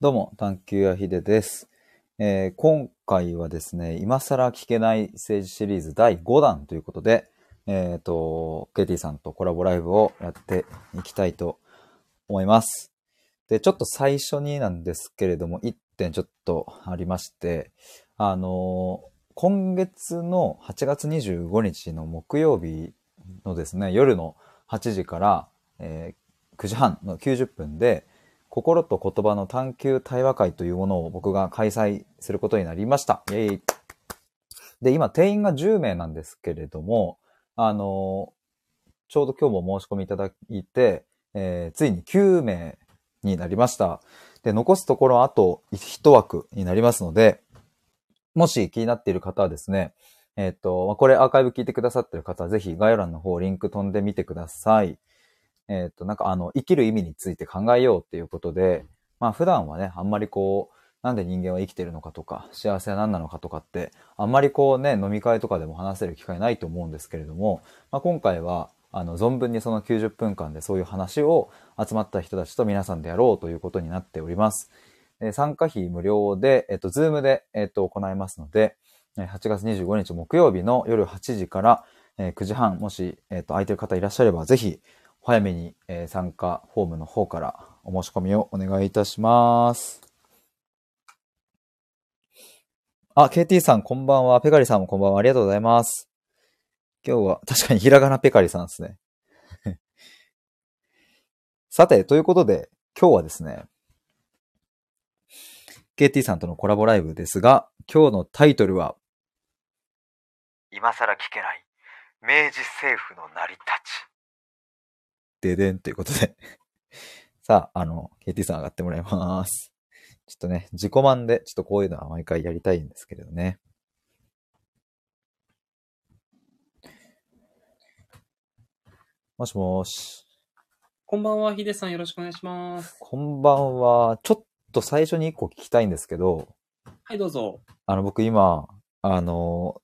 どうも、探求やひでです。えー今回はですね、今更聞けない政治シリーズ第5弾ということで、えっ、と、ケイティさんとコラボライブをやっていきたいと思います。で、ちょっと最初になんですけれども、1点ちょっとありまして、あのー今月の8月25日の木曜日のですね、夜の8時から、えー9時半の90分で、心と言葉の探求対話会というものを僕が開催することになりました。イェイで、今、定員が10名なんですけれども、あのーちょうど今日も申し込みいただいて、えーついに9名になりました。で、残すところあと1枠になりますので、もし気になっている方はですね、えっ、と、まあこれアーカイブ聞いてくださってる方はぜひ概要欄の方リンク飛んでみてください。えっ、と、なんかあの、生きる意味について考えようっていうことで、まあ普段はね、あんまりこう、なんで人間は生きてるのかとか、幸せは何なのかとかって、あんまりこうね、飲み会とかでも話せる機会ないと思うんですけれども、まあ今回は、あの、存分にその90分間でそういう話を集まった人たちと皆さんでやろうということになっております。えー参加費無料で、えっ、と、ズームで、えっ、と、行いますので、えー8月25日木曜日の夜8時から、えー9時半、もし、えっ、と、空いてる方いらっしゃれば、ぜひ、お早めに、えー参加フォームの方からお申し込みをお願いいたします。あ、KT さんこんばんは。ペカリさんもこんばんは。ありがとうございます。今日は、確かにひらがなペカリさんですね。 さて、ということで、今日はですね、KT さんとのコラボライブですが、今日のタイトルは、今更聞けない明治政府の成り立ちででんということで。 さあ、あの、KT さん上がってもらいます。ちょっとね、自己満で、ちょっとこういうのは毎回やりたいんですけれどね。もしもし。こんばんは、ヒデさんよろしくお願いします。こんばんは。ちょっと最初に一個聞きたいんですけど、はい、どうぞ。あの、僕今、あの、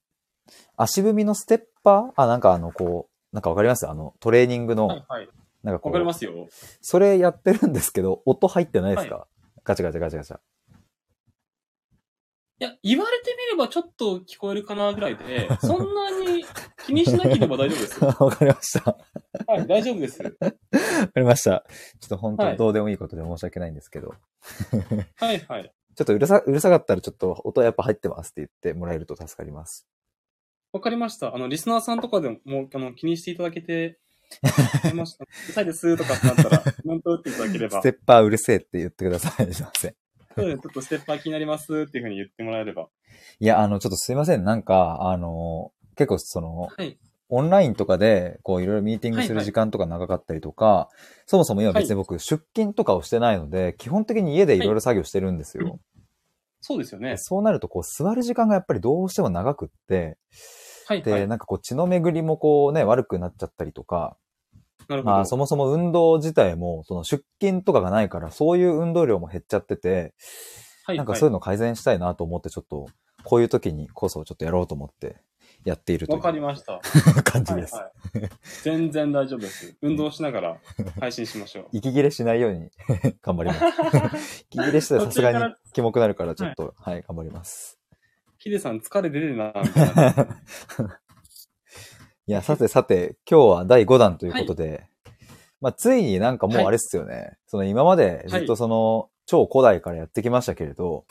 足踏みのステッパーあ、なんかあの、こう、なんかわかりますあの、トレーニングの、はい、はい。なんかこう、わかりますよ。それやってるんですけど、 音入ってないですか、ガチャガチャガチャガチャ。いや、言われてみればちょっと聞こえるかなぐらい で、そんなに気にしなければ大丈夫ですよ。わかりました。わかはい、大丈夫です。りました。ちょっと本当はにいどうでもいいことで申し訳ないんですけど、はい、はい。ちょっとうるさ、うるさかったらちょっと音やっぱ入ってますって言ってもらえると助かります。わかりました。あの、リスナーさんとかでも、もうあの気にしていただけて、わかりました。うるさいですとかってなったら、コメント打っていただければステ、ッパーうるせえって言ってください。すい ません。うんちょっとステッパー気になりますっていうふうに言ってもらえれば。いや、あの、ちょっとすいません。なんか、あの、結構その、はい。オンラインとかで、こう、いろいろミーティングすはいるはい時間とか長かったりとか、そもそも今別に僕、出勤とかをしてないので、基本的に家でいろいろ作業してるんですよ。はいそうですよね。そうなると、こう、座る時間がやっぱりどうしても長くって、はい、で、はい。なんかこう、血の巡りもこうね、悪くなっちゃったりとか、なるほまあ、ど。そもそも運動自体も、その出勤とかがないから、そういう運動量も減っちゃってて、はい、なんはかいそういう。のを改善したいなと思って、ちょっと、こういう時にこそちょっとやろうと思って、やっているといわかりうました。 感じですは。いはい、 全然大丈夫です。運動しながら配信しましょう。息切れしないように 頑張ります。息切れしたらさすがにキモくなるから、ちょっと、はい、頑張ります。ヒデさん疲れ出てるな、みたいな。いや、さてさて、今日は第5弾ということで、まあ、ついになんかもうあれっすよね、その今までずっとその、超古代からやってきましたけれど、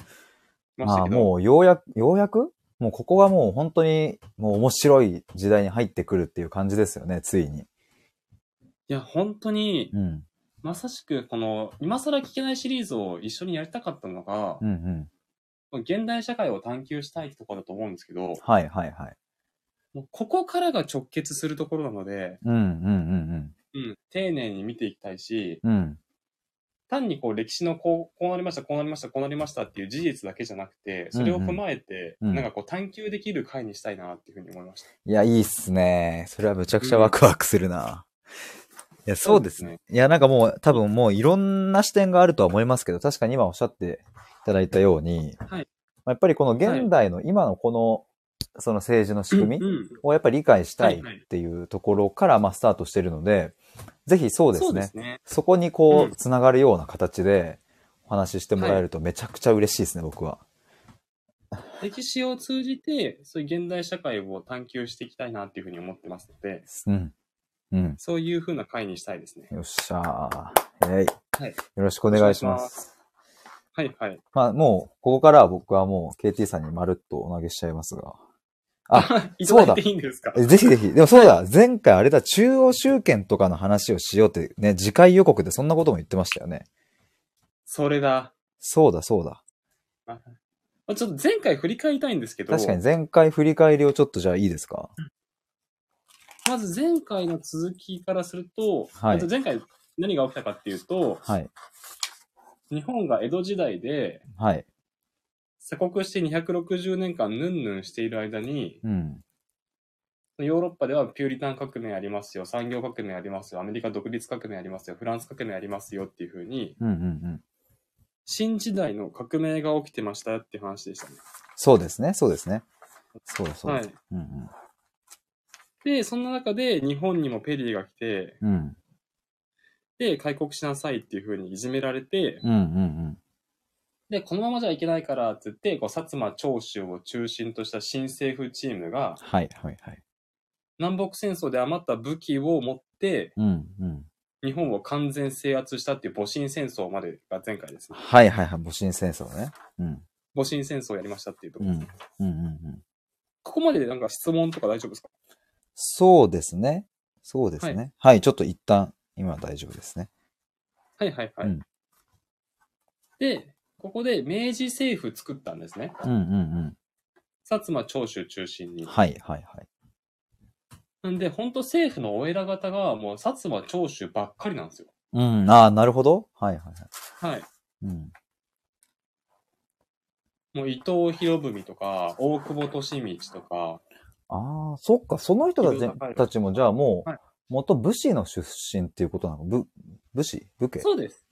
ましたあけど。もうようやく、ようやくもうここがもう本当にもう面白い時代に入ってくるっていう感じですよね、ついに。いや、本当に、うん。まさしく、この、今更聞けないシリーズを一緒にやりたかったのがう、んうん。現代社会を探求したいところだと思うんですけど、はいはいはい。もうここからが直結するところなので、うんうんうん、丁寧に見ていきたいし、うんうん。うん。単にこう歴史のこう、こうなりました、こうなりました、こうなりましたっていう事実だけじゃなくて、それを踏まえて、うんうんなんかこう探求できる回にしたいなっていうふうに思いました。いや、いいっすね。それはむちゃくちゃワクワクするな。いや、そうですね。いや、なんかもう多分もういろんな視点があるとは思いますけど、確かに今おっしゃっていただいたように、はいまあやっぱりこの現代の今のこの、その政治の仕組み、うんうんをやっぱり理解したいはいはいっていうところから、まあ、スタートしてるので、ぜひそうですね。そね。こにこうう、んつながるような形で、お話ししてもらえるとめちゃくちゃ嬉しいですね、僕は。歴史を通じて、そういう現代社会を探求していきたいなっていうふうに思ってますので、うん。うん。そういうふうな会にしたいですね。よっしゃー。えい。はいよろしくお願いしま。お願いしますはいはい。まあ、もう、ここからは僕はもう KT さんにまるっとお投げしちゃいますが。あいたそうだだいていいんですかえぜひぜひ。でもそうだ、前回あれだ、中央集権とかの話をしようってね、次回予告でそんなことも言ってましたよね。それだ。そうだ、そうだ。まあちょっと前回振り返りたいんですけど、確かに前回振り返りをちょっとじゃあいいですかまず前回の続きからすると、はいえっと前回何が起きたかっていうと、はい。日本が江戸時代ではい。鎖国して260年間ヌンヌンしている間に、うん。ヨーロッパではピューリタン革命ありますよ、産業革命ありますよ、アメリカ独立革命ありますよ、フランス革命ありますよっていうふうに、うんうんうん。新時代の革命が起きてましたっていう話でしたね。そうですね、そうですね。そうだ、そうだ。はい。うんうん。で、そんな中で日本にもペリーが来て、うん。で、開国しなさいっていうふうにいじめられて、うんうんで、このままじゃいけないからって言って、こう、薩摩長州を中心とした新政府チームが、はいはいはい。南北戦争で余った武器を持って、うんうん。日本を完全制圧したっていう戊辰戦争までが前回ですね。はいはいはい。戊辰戦争ね。うん。戊辰戦争をやりましたっていうとこうろん。うでんす。うんうん。ここまででなんか質問とか大丈夫ですかそうですね。そうですね。はい、ちょっと一旦、今は大丈夫ですね。はいはいはい。うんで、ここで明治政府作ったんですね。うんうん薩摩長州中心うにん。。はいはいはい。なんで、本当政府のお偉方がもう薩摩長州ばっかりなんですよ。うん。ああ、なるほど。はいはいはい。はい。うん。もう伊藤博文とか、大久保利通とか、ああ、そっか。その人た気分が変わちるたちも、じゃあもう、はい元武士の出身っていうことなの武、武士武家そうです。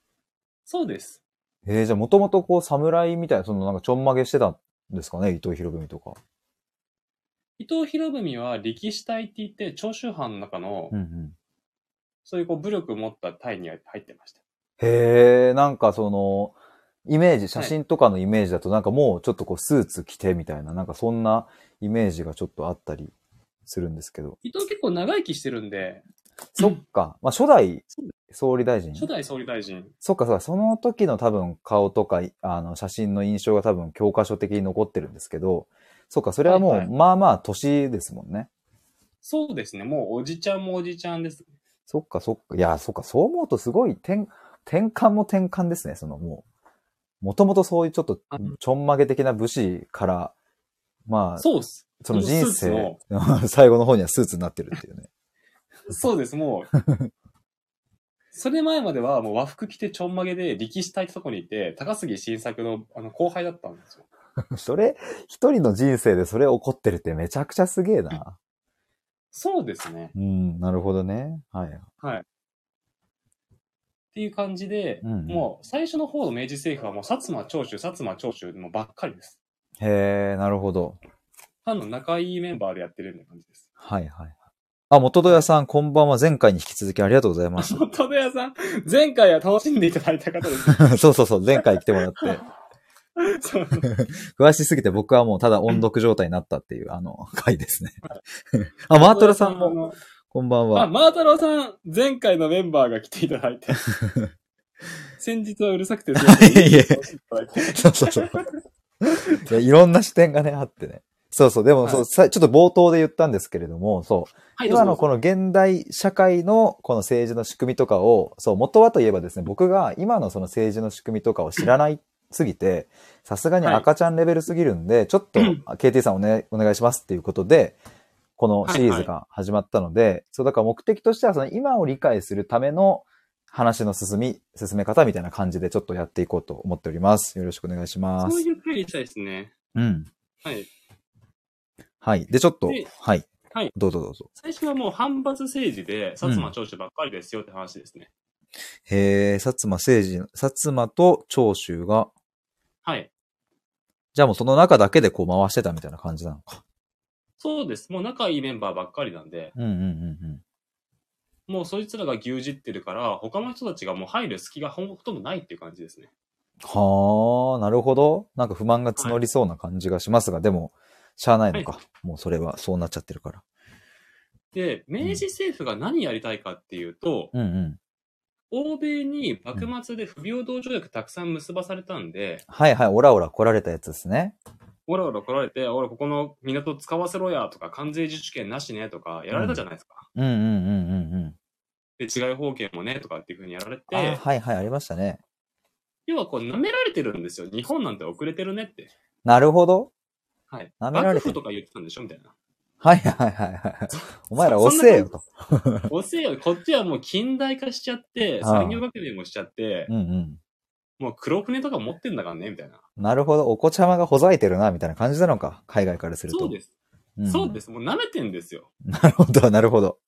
そうです。えー、じゃあもともとこう、侍みたいな、そのなんかちょんまげしてたんですかね伊藤博文とか。伊藤博文は力士隊って言って、長州藩の中の、うんうん。そういうこう武力を持った隊に入ってました。へえ、なんかその、イメージ、写い真とかのイメージだと、なんかもうちょっとこうスーツ着てみたいな、なんかそんなイメージがちょっとあったりするんですけど。伊藤結構長生きしてるんで、そっか。まあ初代そう総理大臣。初代総理大臣。そっか、そうか。その時の多分顔とか、あの、写真の印象が多分教科書的に残ってるんですけど、そっか、それはも、はいうはまあまあ年ですもんね。そうですね。もうおじちゃんもおじちゃんです。そっか、そっか。いや、そっか、そう思うとすごい転、転換も転換ですね、そのもう。もともとそういうちょっとあ、ちょんまげ的な武士から、まあ、そうっす。その人スーツ生 の、最後の方にはスーツになってるっていうね。 そうです、もう。それ前まではもう和服着てちょんまげで力士隊ってとこにいて、高杉晋作のあの後輩だったんですよ。それ、一人の人生でそれ起こってるってめちゃくちゃすげえな。そうですね。うん、なるほどね。はい。はい。っていう感じで、うんうんもう最初の方の明治政府はもう薩摩長州、薩摩長州のばっかりです。へえ、なるほど。ファンの仲いいメンバーでやってるような感じです。はいはい。あ、元戸屋さん、こんばんは。前回に引き続きありがとうござい ます。戸田屋さん、前回は楽しんでいただいた方で す。そうそうそう、前回来てもらって。そう詳しすぎて僕はもうただ音読状態になったっていう、あの、回です ね。あ、マートルさんも、。こんばんあ、は。マータロウさん、前回のメンバーが来ていただい て。先日はうるさくて、いえいえ楽しんでいただいてそうそう そう。いやいろんな視点がね、あってね。そうそう。でも、はいそう、さちょっと冒頭で言ったんですけれども、そう。はい、今のこの、の現代社会のこの政治の仕組みとかを、そう、元はといえばですね、僕が今のその政治の仕組みとかを知らないすぎて、さすがに赤ちゃんレベルすぎるんで、ちょっと、あ KT さんお,、ね、お願いしますっていうことで、このシリーズが始まったので、そう、だから目的としてはその今を理解するための話の進み、進め方みたいな感じでちょっとやっていこうと思っております。よろしくお願いしまそうす。いう回にしたいですね。うん。はい。はい。で、ちょっとで、はい。はいどうぞどうぞ。最初はもう反発政治で、薩摩長州ばっかりですよって話ですね。へえ、薩摩政治、薩摩と長州が、はい。じゃあもうその中だけでこう回してたみたいな感じなのか。そうです。もう仲いいメンバーばっかりなんで、うんうんうんもうそいつらが牛耳ってるから、他の人たちがもう入る隙がほんほとんどないっていう感じですね。はあ、なるほど。なんか不満が募りそうな感じがしますが、でも、しゃあないのか。もうそれは、そうなっちゃってるから。で、明治政府が何やりたいかっていうと、うんうん。欧米に幕末で不平等条約たくさん結ばされたんで、はいはい、オラオラ来られたやつですね。オラオラ来られて、おらここの港使わせろやとか、関税自主権なしねとか、やられたじゃないですか。うんうんうんうんうん。で、違い法権もねとかっていうふうにやられあーて、はいはい、ありましたね。要はこう、舐められてるんですよ。日本なんて遅れてるねって。なるほど。はい。舐められてる幕府とか言ってたんでしょみたいな。 はいはいはいはい。お前ら遅えよと。遅えよ、こっちはもう近代化しちゃって、ああ産業革命もしちゃってう、んうん。もう黒船とか持ってんだからね、みたいな。なるほど。お子ちゃまがほざいてるな、みたいな感じなのか。海外からすると。そうです。うんそうです。もう舐めてんですよ。なるほど、なるほど。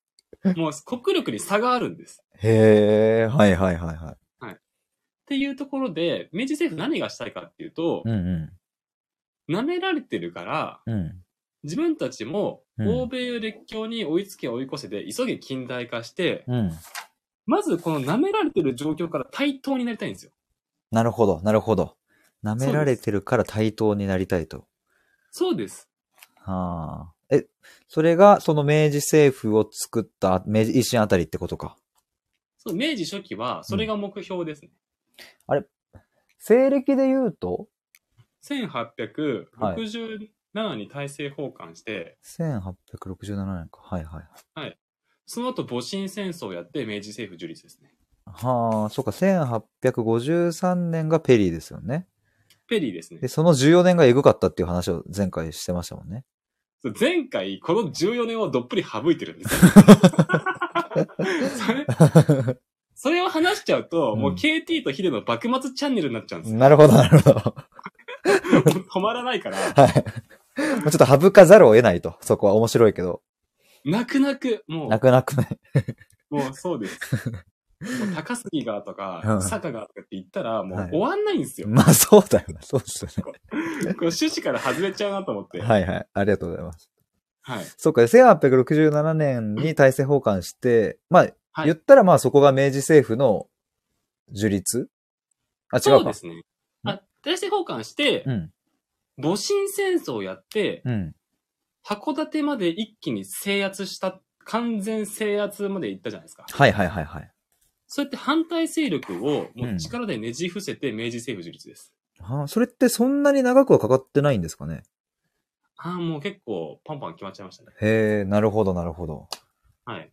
もう国力に差があるんです。へえ、はいはいはいはい。っていうところで、明治政府何がしたいかっていうとう、んう舐められてるから、ん。うん。自分たちもうん欧米を列強に追いつけ追い越せで、急げ近代化して、うん。まずこの舐められてる状況から対等になりたいんですよ。なるほど、なるほど。舐められてるから対等になりたいと。そうです。はあ。え、それが、その明治政府を作った、明治維新あたりってことか。そう明治初期は、それが目標ですね。西暦で言うと、 1867に大政奉還して、 1867年か。はいはい。その後、戊辰戦争をやって、明治政府樹立ですね。はあ、そうか、1853年がペリーですよね。ペリーですねで、。その14年がエグかったっていう話を前回してましたもんね。そう前回、この14年をどっぷり省いてるんです よ。それそれを話しちゃうと、うんもう KT とヒデの幕末チャンネルになっちゃうんですよ。なるほど、なるほど。 もう 止まらないから、はい。もうちょっと省かざるを得ないと。そこは面白いけど。泣く泣く、も泣く泣くね。う、もうそうです。もう高杉がとうかん、坂がとかって言ったら、もうはい終わんないんですよ。まあそうだよな。そうですよこう趣旨から外れちゃうなと思って。ね。はい。はいはい。ありがとうございます。そうか、1867年に大政奉還して、まあ、はい言ったらまあそこが明治政府の樹立あ、違そううかで。すね。あ、大政奉還してう、ん。戊辰戦争をやって、うん。函館まで一気に制圧した、完全制圧まで行ったじゃないですか。はいはいはいはい。そうやって反対勢力をもううん力でねじ伏せて明治政府樹立です。はあ、それってそんなに長くはかかってないんですかねああ、もう結構パンパン決まっちゃいましたね。へえ、なるほどなるほど。はい。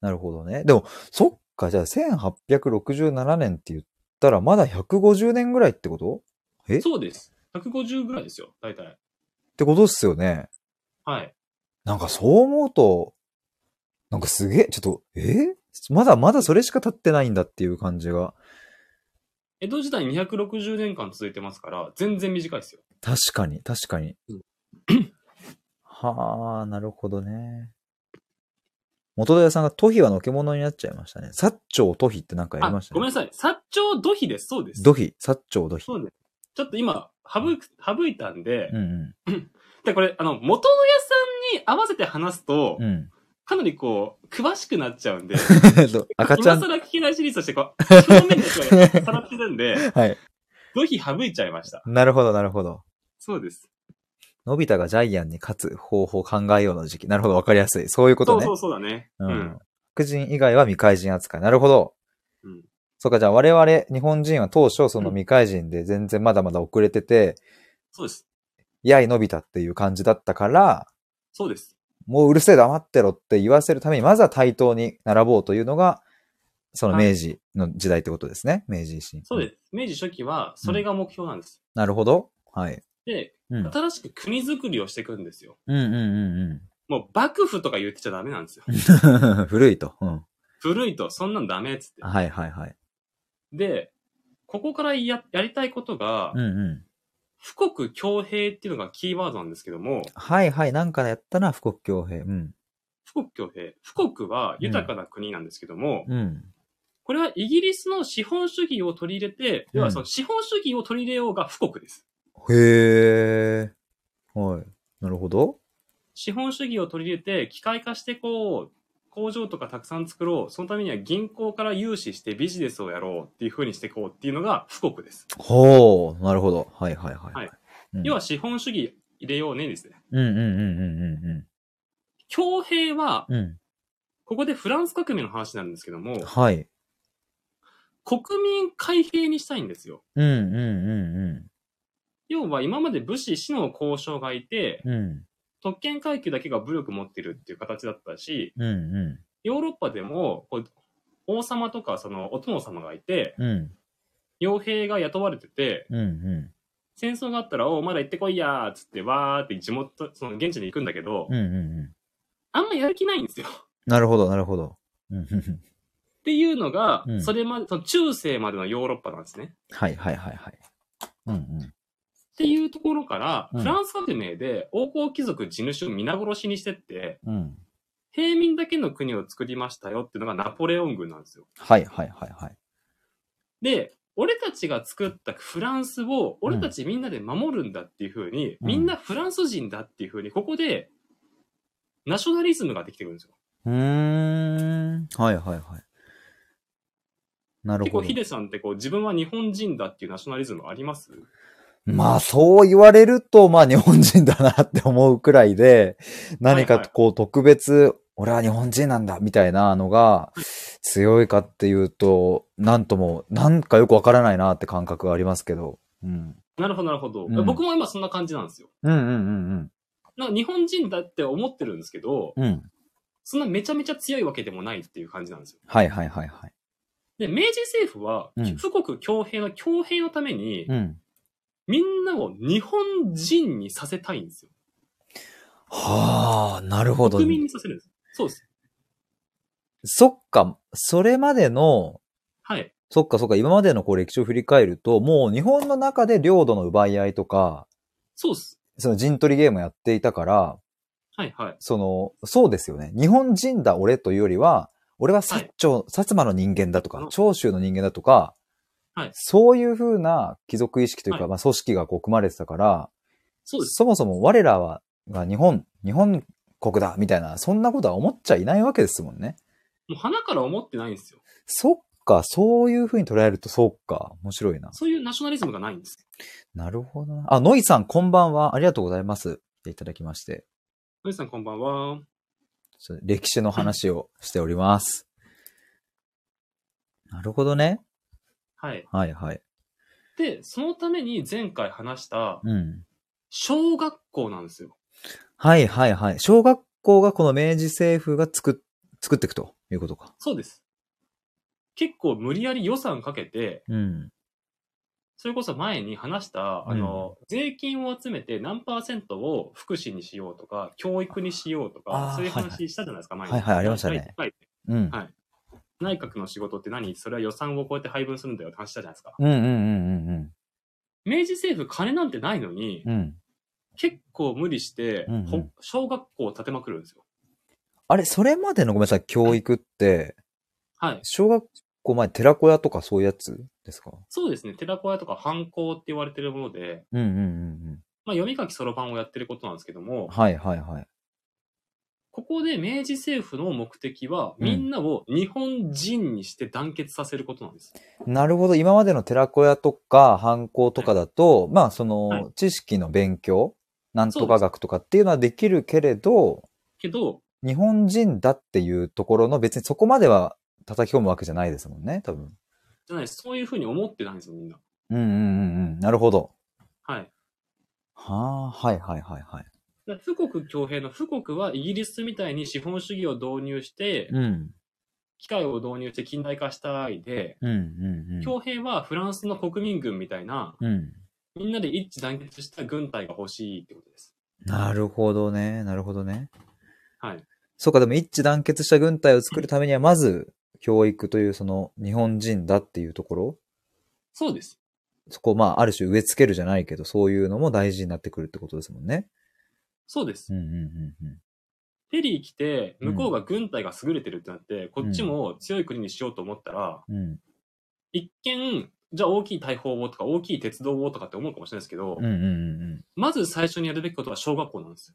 なるほどね。でも、そっか、じゃあ1867年って言ったら、まだ150年ぐらいってことえっそうです。150ぐらいですよ、大体。てことっすよね。はい。なんかそう思うと、なんかすげえ、ちょっと、えーまだまだそれしか経ってないんだっていう感じが。江戸時代260年間続いてますから、全然短いですよ。確かに、確かにうん。はあ、なるほどね。元田屋さんがトヒはのけものになっちゃいましたね。薩長トヒってなんかやりあまし、たごめんね。なさい。薩長土肥です。そうです。ドヒ、薩長ドヒ。そうです。ちょっと今、省く、省いたんで、うんうで、これ、あの、元の屋さんに合わせて話すと、ん。うん。かなりこう、詳しくなっちゃうんで、 えっと 赤ちゃん今。更聞けないシリーズとして、こう、表面だけさらってるん で、はい。土肥省いちゃいました。なるほど、なるほど。そうです。のび太がジャイアンに勝つ方法を考えようの時期。なるほど、わかりやすい。そういうことそうね。そうそうだね。ううんん。。白人以外は未開人扱い。なるほど。うんそうか、じゃあ我々日本人は当初その未開人で全然まだまだ遅れてて、そうです。やいのび太っていう感じだったから、そうです。もううるせえ黙ってろって言わせるために、まずは対等に並ぼうというのが、その明治の時代ってことですね。明治維新。そうです。明治初期は、それが目標なんです。なるほど。はい。で、うん。新しく国づくりをしていくんですよ。うんうんうんもう、幕府とか言ってちゃダメなんですよ。うん。 古いと。うん。古いと、そんなんダメっつって。はいはいはい。で、ここからや、やりたいことがうん、うん。富国強兵っていうのがキーワードなんですけども、はいはい、なんかやったな、富国強兵。うん。富国強兵。富国は豊かな国なんですけども、うん。これはイギリスの資本主義を取り入れて、うん要はその資本主義を取り入れようが富国です。へえ。はい。なるほど。資本主義を取り入れて機械化してこう、工場とかたくさん作ろう。そのためには銀行から融資してビジネスをやろうっていう風にしていこうっていうのが富国です。ほう、なるほど。はいはいはい。はいうん、要は資本主義入れようねですね。うんうんうんうん強兵はうん、うん。うここでフランス革命の話になるんですけどもん。、はい。国民開閉にしたいんですよ。うんうんう要は今まで武士、士の交渉がいて、んうん。うん特権階級だけが武力持ってるっていう形だったし、うんうヨーロッパでも、こう王様とかそのお殿様がいて、ん。うん傭兵が雇われてて、うんうん。戦争があったら、おうまだ行ってこいやーっつって、わーって地元、その現地に行くんだけど、うんうんうん。あんまやる気ないんですよ。なるほど、なるほど。うんうんうんっていうのが、うんそれまで、その中世までのヨーロッパなんですね。はいはいはいはい。うんうん。っていうところから、うんフランス革命で王侯貴族地主を皆殺しにしてって、うん。平民だけの国を作りましたよっていうのがナポレオン軍なんですよ。はいはいはいはい。で、俺たちが作ったフランスを、俺たちみんなで守るんだっていうふうに、うんみんなフランス人だっていうふうに、ここで、ナショナリズムができてくるんですよ。うーん。はいはいはい。なる結ほ構、どヒ。デさんってこう、自分は日本人だっていうナショナリズムありますまあそう言われると、まあ日本人だなって思うくらいで、何かこう特別、俺は日本人なんだみたいなのが強いかっていうと、なんとも、なんかよくわからないなって感覚がありますけど。うん。なるほど、なるほど。うん僕も今そんな感じなんですよ。うんうんなんか日本人だって思ってるんですけど、うんうん。うん。そんなめちゃめちゃ強いわけでもないっていう感じなんですよ。はいはいはいはい。で、明治政府は、うん富国強兵の強兵のために、うん。みんなを日本人にさせたいんですよ。はあ、なるほど。国民にさせるんです。そうです。そっか、それまでの、はい。そっかそっか、今までのこう歴史を振り返ると、もう日本の中で領土の奪い合いとか、そうです。その陣取りゲームやっていたから、はいはい。その、そうですよね。日本人だ俺というよりは、俺は薩長、薩摩の人間だとあかの、長州の人間だとか、はいそういうふうな貴族意識というか、はいまあ組織がこう組まれてたから、そうです。そもそも我らは、が日本、日本国だ、みたいな、そんなことは思っちゃいないわけですもんね。もう花から思ってないんですよ。そっか、そういうふうに捉えると、そっか、面白いな。そういうナショナリズムがないんです。なるほどな。あ、ノイさん、こんばんは。ありがとうございます。いただきまして。のりさんこんばんは。ちょっと歴史の話をしております。なるほどね。はい。はいはい。で、そのために前回話した、うん。小学校なんですよ。はいはいはい。小学校がこの明治政府が作っ、作っていくということか。そうです。結構無理やり予算かけて、うん。それこそ前に話した、あの、税金を集めて何パーセントを福祉にしようとか、教育にしようとあーか、そういうは話したじゃないですか、前に。はいはいありましたね第一回でうん。はい内閣の仕事って何それは予算をこうやって配分するんだよって話したじゃないですか。うんうんうんうん明治政府金なんてないのに、うん。うん。結構無理して、うんうんほ小学校を建てまくるんですよ。あれ、それまでのごめんなさい、教育って、はい。小学校前、寺子屋とかそういうやつですかそうですね。寺子屋とか反抗って言われてるもので、うんうんうんまあ読み書きそろばんをやってることなんですけどうん。も、はいはいはい。ここで明治政府の目的は、うんみんなを日本人にして団結させることなんです。なるほど。今までの寺子屋とか、犯行とかだと、まあ、そはいの、知識の勉強、なんとか学とかっていうのはできるけれど、けど、日本人だっていうところの別にそこまでは叩き込むわけじゃないですもんね、多分。じゃないですそういうふうに思ってないんですよ、みんな。うんうんうんうん。なるほど。はい。はあ、はいはいはいはい。だから富国強兵の富国はイギリスみたいに資本主義を導入して、うん。機械を導入して近代化したいで、うんうんうん。強兵はフランスの国民軍みたいな、うん。みんなで一致団結した軍隊が欲しいってことです。なるほどね。なるほどね。はい。そうか、でも一致団結した軍隊を作るためには、まず、教育というその日本人だっていうところ、そうです。そこをまあ、ある種植え付けるじゃないけど、そういうのも大事になってくるってことですもんね。そうです。うんうんうんうん。ペリー来て、向こうが軍隊が優れてるってなって、こっちも強い国にしようと思ったら、うん。一見、じゃあ大きい大砲をとか大きい鉄道をとかって思うかもしれないですけど、うんうんうんうん。まず最初にやるべきことは小学校なんですよ。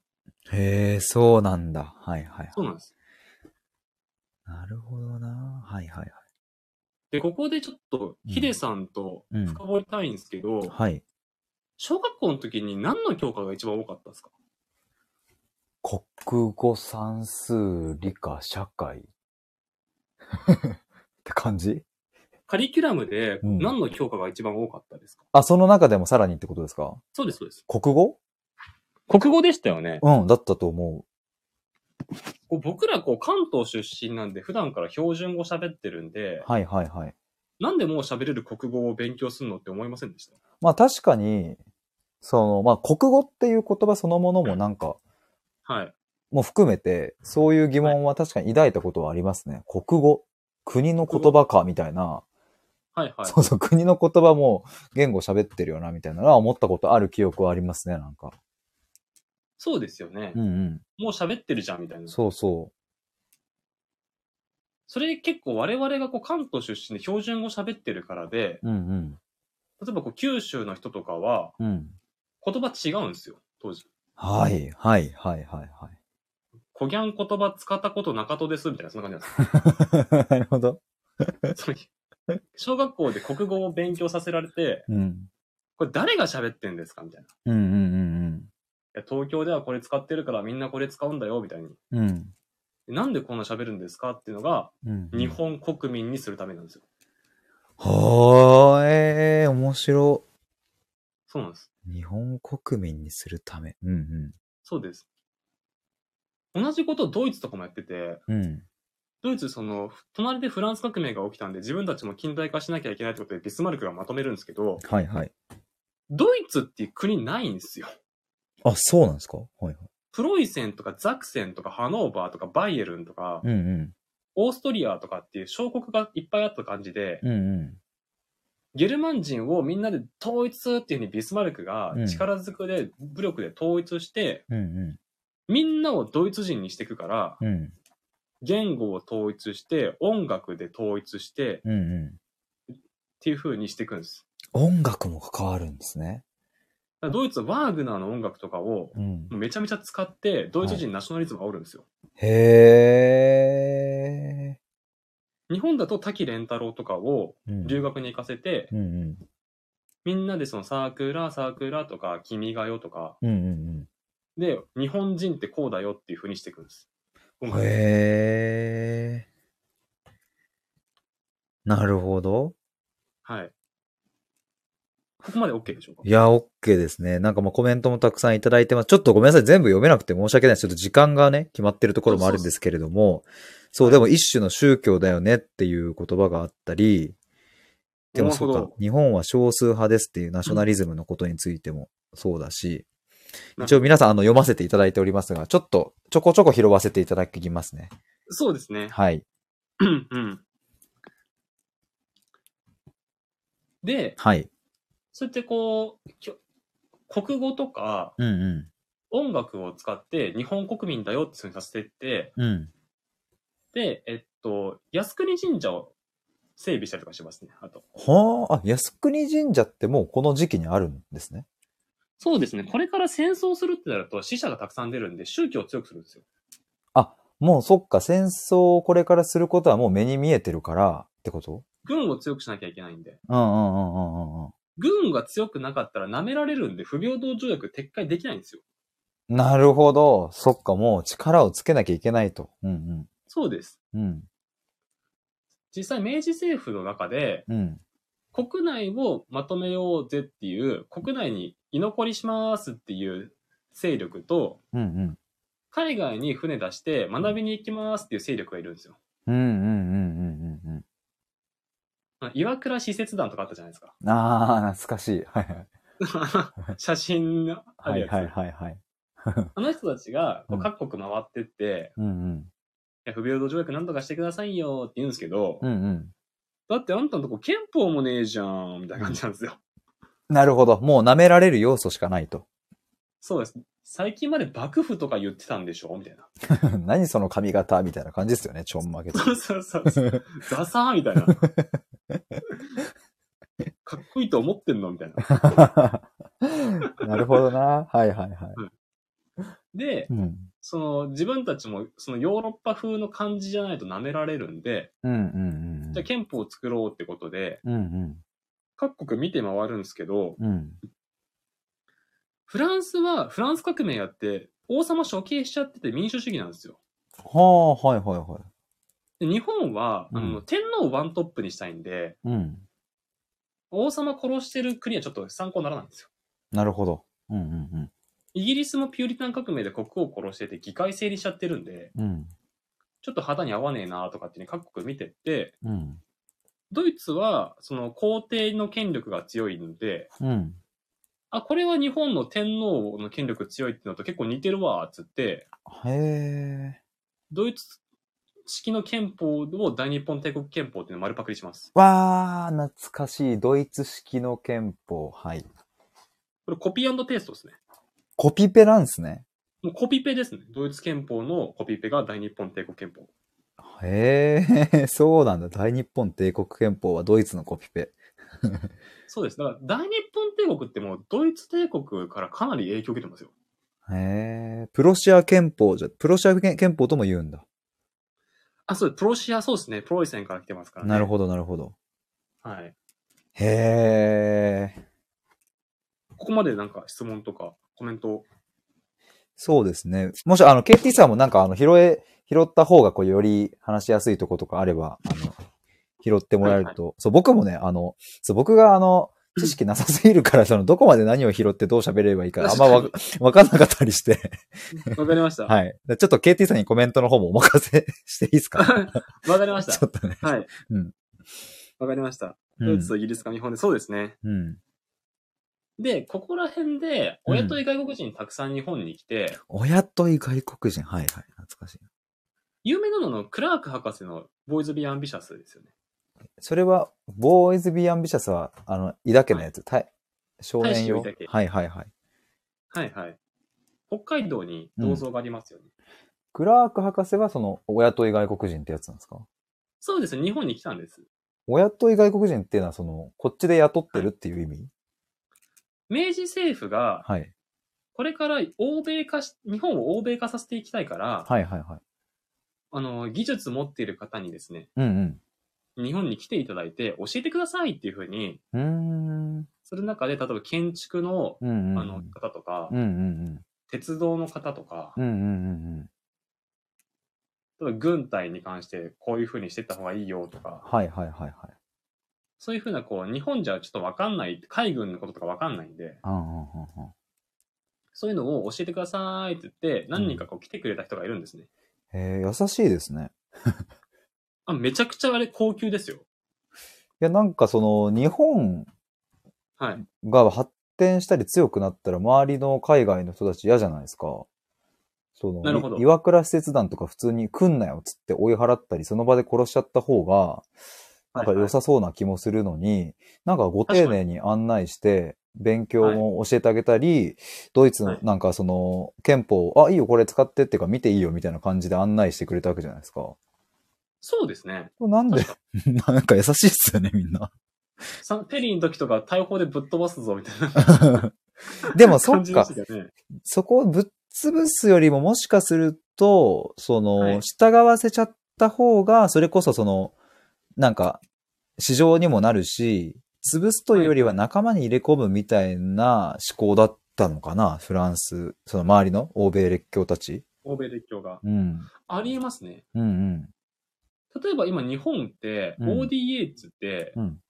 へえ、そうなんだ。はいはいはい。そうなんです。なるほどな。はいはいはい。で、ここでちょっと、うんヒデさんとうん深掘りたいんですけど、はい。小学校の時に何の教科が一番多かったですか国語、算数、理科、社会。 って感じカリキュラムでうん何の教科が一番多かったですか、あ、その中でもさらにってことですかそうです、そうです。国語国語でしたよね。うん、だったと思こう僕らこう関東出身なんで普段から標準語喋ってるんうで。、はいはいはい。なんでもう喋れる国語を勉強するのって思いませんでしたまあ確かに、その、まあ国語っていう言葉そのものもなんか、はい。もう含めて、そういう疑問は確かに抱いたことはありますね。国語、国の言葉か、みたいな。はいはい。そうそう、国の言葉も言語喋ってるよな、みたいなのは思ったことある記憶はありますね、なんか。そうですよねう。んうん。もう喋ってるじゃんみたいな。そうそそれ結構我々がこう関東出身で標準語喋ってるからで、う。うん例えばこう九州の人とかはうん。うん。言葉違うんですよ、当時。はい、はい、はい、はい、コギャン言葉使ったことなかとですみたいな、そんな感じはい。 なるほど。なんですよその。小学校で国語を勉強させられて、うん。これ誰が喋ってんですかみたいな。いうんうんや東京ではこれ使ってるからみんなこれ使うんだよ、みたいに。うんうん。うん。なんでこんな喋るんですかっていうのが、うん、日本国民にするためなんですよ。はーえー、面白。そうなんです。日本国民にするため。うんそうです。同じことをドイツとかもやってて、うん。うん。ドイツその、隣でフランス革命が起きたんで、自分たちも近代化しなきゃいけないってことでビスマルクがまとめるんですけど、はいはい。ドイツっていう国ないんですよ。あ、そうなんですかはいはい。プロイセンとかザクセンとかハノーバーとかバイエルンとか、うんうん。オーストリアとかっていう小国がいっぱいあった感じで、うんうん。ゲルマン人をみんなで統一っていうふうにビスマルクがうん力ずくで、武力で統一して、うんみんなをドイツ人にしていくから、うん。うん言語を統一して、音楽で統一して、っうんうん。ていう風にしていくんです。音楽も関わるんですね。だからドイツはワーグナーの音楽とかをうん。めちゃめちゃ使って、ドイツ人ナショナリズムを煽るんですよ。へえ。日本だと滝蓮太郎とかをー。うん留学に行かせて、うんうん。みんなでそのサークラー、サークラーとか、君がよとか、うんうんで、日本人ってこうだよっていう風にしていくんです。音うん。へ楽え。なるほど。はい。ここまで OK でしょうかいや、OK ですね。なんかまあコメントもたくさんいただいてます。ちょっとごめんなさい。全部読めなくて申し訳ないです。ちょっと時間がね、決まってるところもあるんですけれども。そうそうそうでも一種の宗教だよねっていう言葉があったり、でもそうなるかほど、日本は少数派ですっていうナショナリズムのことについてもそうだし、うん一応皆さんあの読ませていただいておりますが、ちょっとちょこちょこ拾わせていただきますね。そうですね。はい。うんうん。で、はい。そうやってこう、きょ国語とかうんう音楽を使って日本国民だよっていうふうにさせていって、ん。うん。で、えっと、靖国神社を整備したりとかしますね、あと。はあ、あ、靖国神社ってもうこの時期にあるんですね。そうですね。これから戦争するってなると死者がたくさん出るんで宗教を強くするんですよ。もうそっか、戦争をこれからすることはもう目に見えてるからってこと軍を強くしなきゃいけないんで。うんうんうんうんうんうん。軍が強くなかったら舐められるんで不平等条約撤回できないんですよ。なるほど。そっか、もう力をつけなきゃいけないと。うんそうです。うん。うん。実際明治政府の中でうん。国内をまとめようぜっていう、国内に居残りしますっていう勢力と、うんうん。海外に船出して学びに行きますっていう勢力がいるんですよ。うんうんうんうんうんあ岩倉使節団とかあったじゃないですか。うん。ああ、懐かしい。はいはい。 写真があはいるやつ。はいはいはい。あの人たちがこううん各国回ってって、うんうん。いや不平等条約なんとかしてくださいよって言うんですけど、うんうん。だってあんたのとこ憲法もねえじゃん、みたいな感じなんですよ。なるほど。もう舐められる要素しかないと。 そうです。最近まで幕府とか言ってたんでしょみたいな。何その髪型みたいな感じですよね。ちょんま げと。 そうそうそうそう。ダサーみ たいな。かっこいいと思ってんのみたいな。なるほどな。はいはいはい。で、うん。その自分たちもそのヨーロッパ風の感じじゃないと舐められるんで、うんうんうん。じゃあ憲法を作ろうってことで、うんうん。各国見て回るんですけど、うん。フランスは、フランス革命やって、王様処刑しちゃってて民主主義なんですよ。はあ、はいはいはで日本は、あの、う天皇をワントップにしたいんで、い。うん。王様殺してる国はちょっと参考にならないんですよ。なるほど。うんうんイギリスもピューリタン革命で国王を殺してて議会制にしちゃってるんで、うん。うん。ちょっと肌に合わねえなとかってね、各国見てって、うん。ドイツは、その皇帝の権力が強いので、うん。あ、これは日本の天皇の権力強いってのと結構似てるわ、つって、へえ。ドイツ式の憲法を大日本帝国憲法っていうのを丸パクリします。わあ、懐かしい。ドイツ式の憲法。はい。これコピーペーストですね。コピペなんすね。もうコピペですね。ドイツ憲法のコピペが大日本帝国憲法。へえ、 そうなんだ。大日本帝国憲法はドイツのコピペ。そうです。だから大日本帝国ってもうドイツ帝国からかなり影響を受けてますよ。へえ、プロシア憲法じゃ、プロシア憲憲法とも言うんだ。あ、そうです。プロシア、そうですね。プロイセンから来てますからね。なるど。ほど、なるほど。はい。へえ、ここまでなんか質問とかコメント。そうですね。もし、あの、KT さんもなんか、あの、拾え、拾った方が、こう、より話しやすいとことかあれば、あの、拾ってもらえると。そう、僕もね、あの、そう、僕が、あの、知識なさすぎるから、その、どこまで何を拾ってどう喋ればいいか、あんまわ、わかんなかったりして。 わかりました。わ、 はい。でちょっと KT さんにコメントの方もお任せ していいですかかりましちた。ょっとね。はい。うんわかりました。 うドイんツとイギリスか日本で、そうですね。うん。で、ここら辺で、うん親とい外国人たくさん日本に来て、親とい外国人。はいはい。懐かしい。有名なののクラーク博士のボーイズ・ビー・アンビシャスですよね。それは、ボーイズ・ビー・アンビシャスは、あの、伊田家のやつ。たい少年用。大使伊田家はいはいはい。はいはい。北海道に銅像がありますよね。クラーク博士はその、親とい外国人ってやつなんですかそうですね。日本に来たんです。親とい外国人っていうのは、その、こっちで雇ってるっていう意味明治政府が、はい。これから欧米化し、日本を欧米化させていきたいから、はいはいはい。あの、技術持っている方にですね、うん日本に来ていただいて、教えてくださいっていうふうに、うん。うーん。する中で、例えば建築の、うんうんうん。あの、方とか、うんうん鉄道の方とかうん。う、んうんうんうん。例えば軍隊に関してこういうふうにしてった方がいいよとか、はいはいはいはい。そういうふうな、こう、日本じゃちょっとわかんない、海軍のこととかわかんないんで、うんうんうんうん。そういうのを教えてくださいって言って、何人かこう来てくれた人がいるんですね。えー、優しいですね。あ、めちゃくちゃあれ高級ですよ。いや、なんかその、日本はい。が発展したり強くなったら周りの海外の人たち嫌じゃないですか。そのなるほどい岩倉使節団とか普通に来んなよっつって追い払ったり、その場で殺しちゃった方が、なんか良さそうな気もするのに、なんかご丁寧に案内して、勉強も教えてあげたり、ドイツはのいなんかその憲法を、あ、いいよこれ使ってっていうか見ていいよみたいな感じで案内してくれたわけじゃないですか。そうですね。なんで確、 なんか優しいっすよね、みんな。さペリーの時とか大砲でぶっ飛ばすぞみたいなでもそ感っじでかし、たよね。そこをぶっ潰すよりももしかすると、その、はい従わせちゃった方が、それこそその、なんか、市場にもなるし、潰すというよりは仲間に入れ込むみたいな思考だったのかな、フランス、その周りの欧米列強たち。欧米列強が。うん。ありえますね。うんうん。例えば今日本って、うん ODA っつって、うん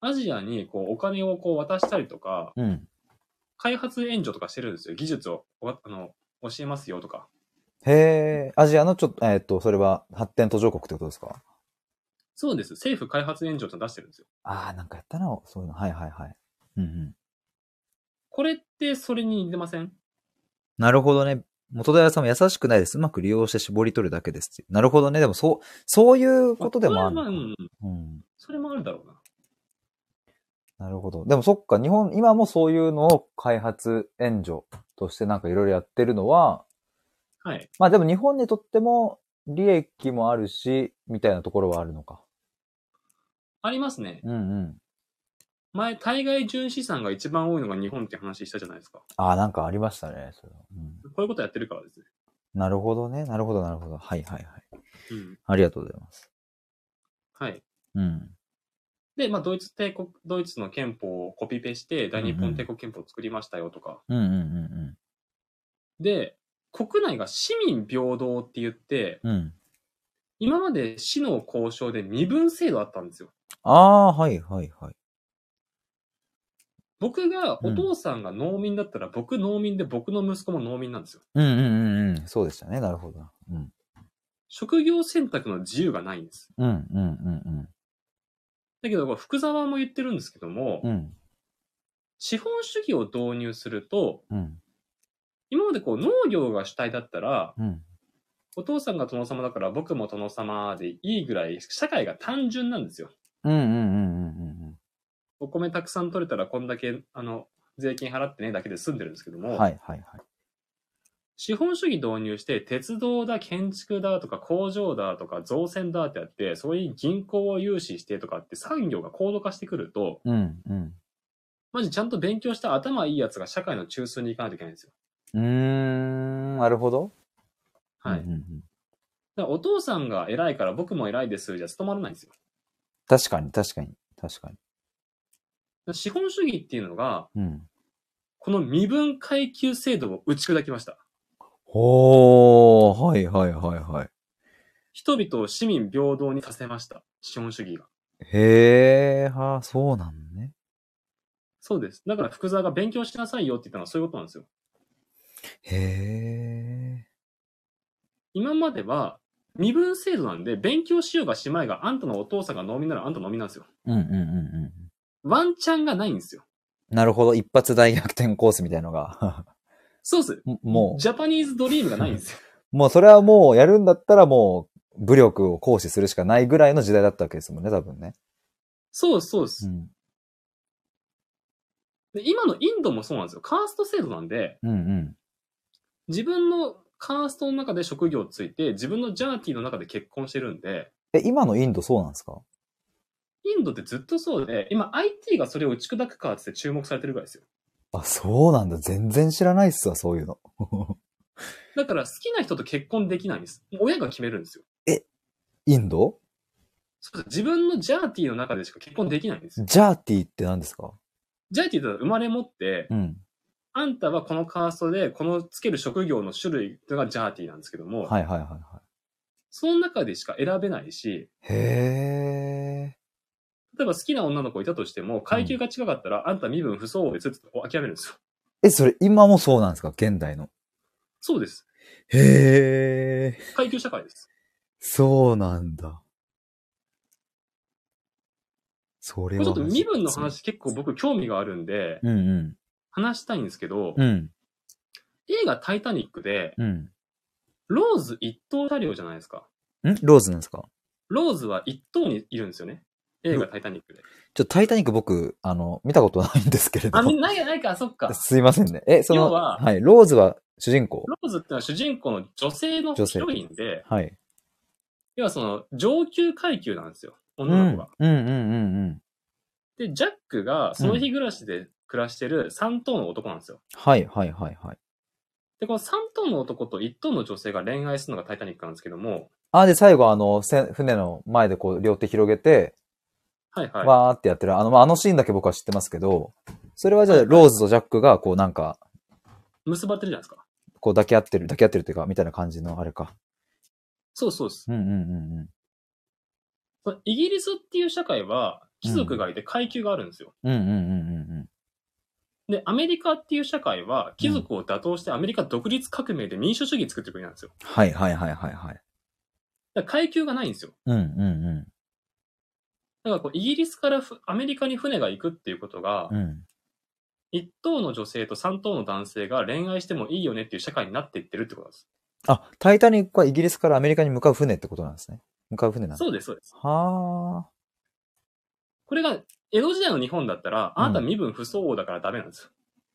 アジアにこうお金をこう渡したりとか、うん。開発援助とかしてるんですよ。技術をおあの教えますよとか。へえ、アジアのちょっと、えーっと、それは発展途上国ってことですかそうです。政府開発援助って出してるんですよ。ああ、なんかやったな、そういうの。はいはいはい。うんうん。これってそれに似てませんなるほどね。元田屋さんも優しくないです。うまく利用して絞り取るだけですって。なるほどね。でも、そう、そういうことでもあるまあそれはまあうのか。んうん。それもあるだろうな。なるほど。でも、そっか、日本、今もそういうのを開発援助としてなんかいろいろやってるのは、はい。まあでも日本にとっても利益もあるし、みたいなところはあるのか。ありますね。うんうん。前、対外純資産が一番多いのが日本って話したじゃないですか。ああ、なんかありましたね。それはうんこういうことやってるからですね。なるほどね。なるほど、なるほど。はいはいはい。うん。ありがとうございます。はい。うん。で、まあ、ドイツ帝国、ドイツの憲法をコピペして、大日本帝国憲法を作りましたよとか。うんうんうんで、国内が市民平等って言って、うん。うん。今まで市の交渉で身分制度あったんですよ。ああ、はいはいはい。僕が、うおん父さんが農民だったら、僕農民で、僕の息子も農民なんですよ。うんうんうんうん。そうでしたね。なるほど。うん。職業選択の自由がないんです。うんうんうんだけど、これ福沢も言ってるんですけども、うん。うん。資本主義を導入すると、うん。今までこう農業が主体だったら、うん。お父さんが殿様だから僕も殿様でいいぐらい、社会が単純なんですよ。うんうんうんうんうんお米たくさん取れたらこんだけ、あの、税金払ってねだけで済んでるんですけどうも、ん。はいはいはい。資本主義導入して、鉄道だ、建築だとか、工場だとか、造船だってあって、そういう銀行を融資してとかって産業が高度化してくると、うんうん。マジちゃんと勉強した頭いいやつが社会の中枢に行かないといけないんですよ。うーん。なるほど。はい。うんうんうんだからお父さんが偉いから僕も偉いですじゃ務まらないんですよ。だか確かに確かに。確かに。ら資本主義っていうのが、うん。この身分階級制度を打ち砕きました。ほー。はいはいはいはい。人々を市民平等にさせました。資本主義が。へー。はー、そうなのね。そうです。だから福沢が勉強しなさいよって言ったのはそういうことなんですよ。へ今までは身分制度なんで、勉強しようがしまいが、あんたのお父さんが農民ならあんた農民なんですよ。ー。うんうんうんうん。ワンチャンがないんですよ。なるほど。一発大逆転コースみたいのが。そうです。 もジャパニーズドリームがないんですよ。う、もうそれはもうやるんだったらもう武力を行使するしかないぐらいの時代だったわけですもんね、多分ね。そうです、そうです、ん。で今のインドもそうなんですよ。カースト制度なんで、うんうん。自分のカーストの中で職業ついて、自分のジャーティーの中で結婚してるんで、え、今のインドそうなんですかインドってずっとそうで、今 IT がそれを打ち砕くかって注目されてるぐらいですよ。あ、そうなんだ。全然知らないっすわ、そういうの。だから好きな人と結婚できないんです。親が決めるんですよ。インドそうです自分のジャーティーの中でしか結婚できないんですよ。ジャーティーって何ですかジャーティーってのは生まれ持って、うん。あんたはこのカーストで、このつける職業の種類がジャーティーなんですけども、はいはいはいはい。その中でしか選べないし、へ例えば好きな女の子いたとしても、階級が違かったら、あんた身分不相応ですって諦めるんですよ。ー。え、それ今もそうなんですか現代の。そうです。へー。階級社会です。そうなんだ。それこは。れちょっと身分の。話結構僕興味があるんで、うんうん。話したいんですけど、うん。映画タイタニックで、うん。ローズ一等車両じゃないですか。んローズなんですかローズは一等にいるんですよね。映画タイタニックで。ちょっとタイタニック僕、あの、見たことないんですけれどあ、。みないかないか、そっか。すいませんね。え、その、要ははい、ローズは主人公。ローズってのは主人公の女性の女ヒ性ロインで、はい。要はその上級階級なんですよ。う女の子んが。。うんうんうんうん。で、ジャックがその日暮らしで暮らしてる3等の男なんですよ。はいはいはいはい。で、この3等の男と1等の女性が恋愛するのがタイタニックなんですけども、あ、で、最後あの、せ船の前でこう、両手広げて、はいはい。わーってやってる。あの、まあ、あのシーンだけ僕は知ってますけど、それはじゃあ、ローズとジャックが、こう、なんか、結ばってるじゃないですか。こう、抱き合ってる、抱き合ってるっていうか、みたいな感じの、あれか。そうそうです。うんうんうんうん。そのイギリスっていう社会は貴族がいて階級があるんですよ。うんうんうんうんうん。で、アメリカっていう社会は、貴族を打倒してアメリカ独立革命で民主主義作ってる国なんですよ。はいはいはいはいはい。だから階級がないんですよ。うんうんだからこう、イギリスからふアメリカに船が行くっていうことがうん。う、ん。一等の女性と三等の男性が恋愛してもいいよねっていう社会になっていってるってことです。あ、タイタニックはイギリスからアメリカに向かう船ってことなんですね。向かう船なんですそうです、そうです。はこれが、江戸時代の日本だったら、うんあなた身分不相応だからダメなんですよ。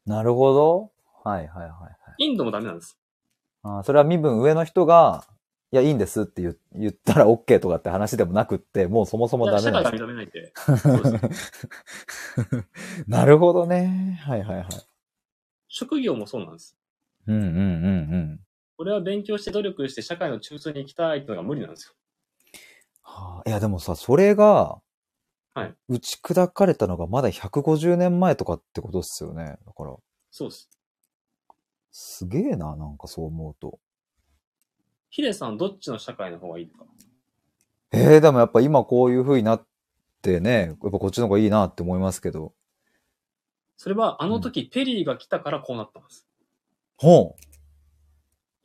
あ。なるほど。はいはいはいはい。インドもダメなんです。あーそれは身分上の人が、いや、いいんですって言言ったら OK とかって話でもなくって、もうそもそもダメ社な会んでがす認めないん で。そうですなるほどね。はいはいはい。職業もそうなんです。うんうんうんうん。俺は勉強して努力して社会の中枢に行きたいってのが無理なんですよ。はあいや、でもさ、それが、はい打ち砕かれたのがまだ150年前とかってことっすよね。だから、そうです。すげえな、なんかそう思うと。ヒデさん、どっちの社会の方がいいとか。えー、でもやっぱ今こういう風になってね、やっぱこっちの方がいいなって思いますけど。それは、あの時、ペリーが来たからこうなったんです。ほう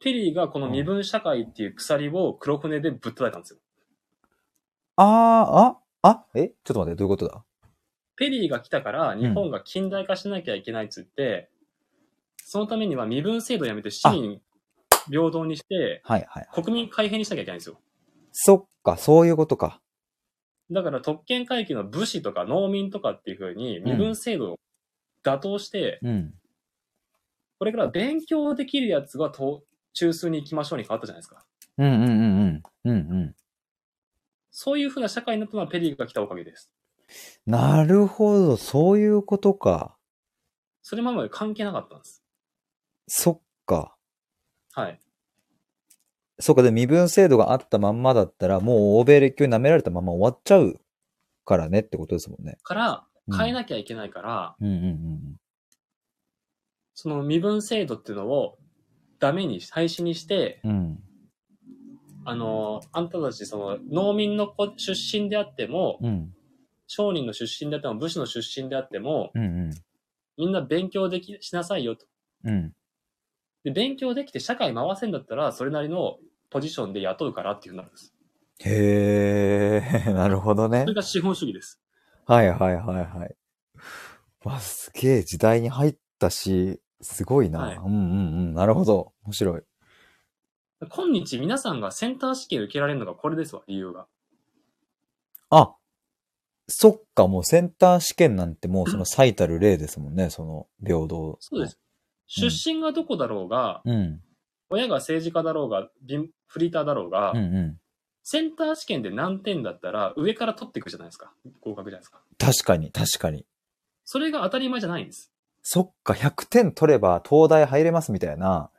ペリーがこの身分社会っていう鎖を黒船でぶっ叩いたんですよ。あー、あ、あ、えちょっと待って、どういうことだペリーが来たから日本が近代化しなきゃいけないっつって、そのためには身分制度をやめて市民平等にして、はいはい。国民開閉にしなきゃいけないんですよ。そっか、そういうことか。だから特権階級の武士とか農民とかっていうふうに身分制度を打倒して、うん。これから勉強できるやつはと中枢に行きましょうに変わったじゃないですか。うんうんうんうん。うんうん。そういうふうな社会になったのはペリーが来たおかげです。なるほど、そういうことか。それまで関係なかったんです。そっか。はい。そうか、で、身分制度があったまんまだったら、もう欧米列強に舐められたまま終わっちゃうからねってことですもんね。から変えなきゃいけないから、うんうんうん。その身分制度っていうのをダメにし、廃止にして、うん。あの、あんたたちその農民の子出身であっても、うん。商人の出身であっても、武士の出身であっても、うんうん。みんな勉強でき、しなさいよと。うん。で、勉強できて社会回せんだったら、それなりのポジションで雇うからっていうふうになるんです。へえ、 なるほどねそれ。が資本主義です。はいはいはいはい。わ、すげえ時代に入ったし、すごいな。はいうんうんうん。なるほど。面白い。今日皆さんがセンター試験受けられるのがこれですわ、理由が。あ、そっか、もうセンター試験なんてもうその最たる例ですもんね、その平等。そうです。。出身がどこだろうが、うん。親が政治家だろうが、貧フリーターだろうが、うんうん。センター試験で何点だったら上から取っていくじゃないですか。合格じゃないですか。確かに、確かに。それが当たり前じゃないんです。そっか、100点取れば東大入れますみたいな、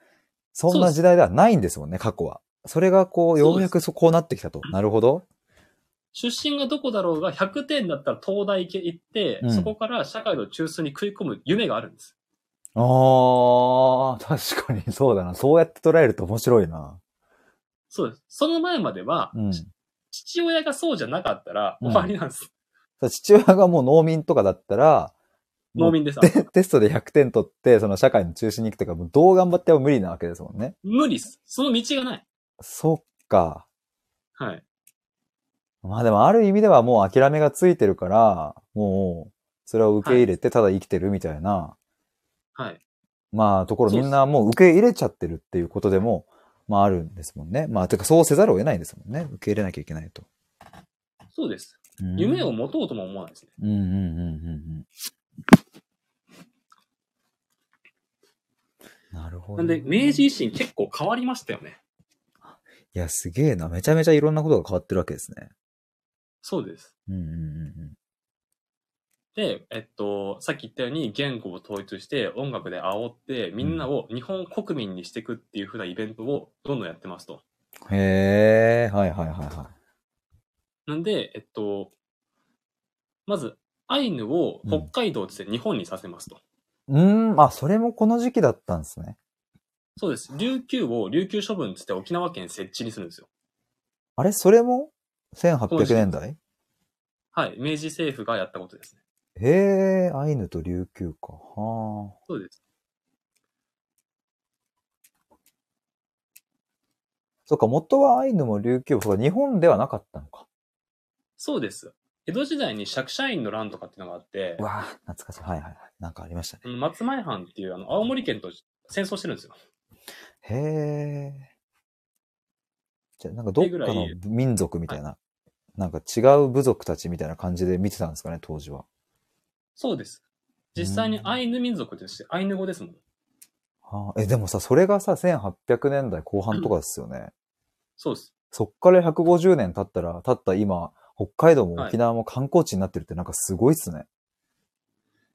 そんそうなです時代ではないんですもんね、過去は。それがこう、そうですようやくそこうなってきたと。なるほど。出身がどこだろうが100点だったら東大行って、うんそこから社会の中枢に食い込む夢があるんです。あー、確かにそうだな。そうやって捉えると面白いな。そうです。その前までは、うん。ち父親がそうじゃなかったらうん終わりなんです。父親がもう農民とかだったら、農民でさ。 テテストで100点取って、その社会の中心に行くとか、もうどう頑張っても無理なわけですもんね。 無理っす。その道がない。そっか。はい。まあでもある意味ではもう諦めがついてるから、もう、それを受け入れてただ生きてるみたいな。はい。まあ、ところそうみっすんなもう受け入れちゃってるっていうことでも、まああるんですもんね。まあ、てかそうせざるを得ないですもんね。受け入れなきゃいけないと。そうです。うん夢を。持とうとも思わないですね。うんうんうんうんうん。なるほなど。んで、明治維新結構変わりましたよね。いや、すげえな。めちゃめちゃいろんなことが変わってるわけですね。そうです。うんうんうんで、えっと、さっき言ったように言語を統一して音楽で煽ってみんなを日本国民にしていくっていう風なイベントをどんどんやってますと。うん。へえ、はいはいはいはなんで、えっと、まず、アイヌを北海道として日本にさせますと。い。うーん、あ、それもこの時期だったんですね。そうです。琉球を琉球処分つって沖縄県設置にするんですよ。あれそれも ?1800 年代はい。明治政府がやったことですね。へえ、アイヌと琉球か。はあ。そうです。そっか、元はアイヌも琉球も、そうか、日本ではなかったのか。そうです。江戸時代に釈迦院の乱とかっていうのがあってう、わぁ、懐かしい。はいはいはい。なんかありましたね。あの松前藩っていうあの青森県と戦争してるんですよ。へえ。じゃあ、なんかどっかってぐのらい民族みたいな、なんか違う部族たちみたいな感じで見てたんですかね、当時は。そうです。実際にアイヌ民族ですし、アイヌ語ですもん。はあ、え、でもさ、それがさ、1800年代後半とかですよね。そうです。そっから150年経ったら、経った今、北海道も沖縄も観光地になってるってなんかすごいっすね。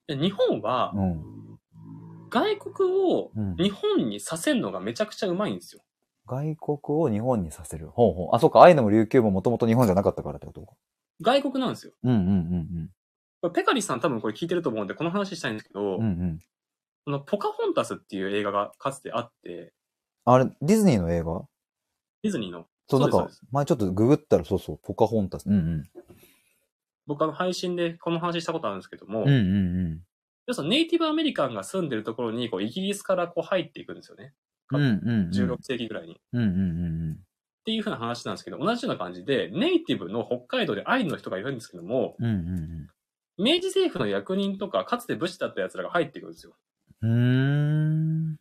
で日本はうん。外国をうん。日本にさせるのがめちゃくちゃうまいんですよ。外国を日本にさせる。ほうほう。あ、そっか。アイヌも琉球ももともと日本じゃなかったからってことか。外国なんですよ。うんうんうんこれペカリさん多分これ聞いてると思うんで、この話したいんですけど、うん。うんうん。このポカホンタスっていう映画がかつてあって、あれ、ディズニーの映画ディズニーの。そう、なんそうかです、前ちょっとググったら、そうそう、ポカホンタス。うんうん。僕あの配信でこの話したことあるんですけども、うんうん要するにネイティブアメリカンが住んでるところにこうイギリスからこう入っていくんですよね。うん。うんうんうん。 16世紀ぐらいに。っうんうんうんていうふうな話なんですけど、同じような感じで、ネイティブの北海道でアイヌの人がいるんですけども、うん。うんうん明治政府の役人とか、かつて武士だった奴らが入ってくるんですよ。うん。うーん。うん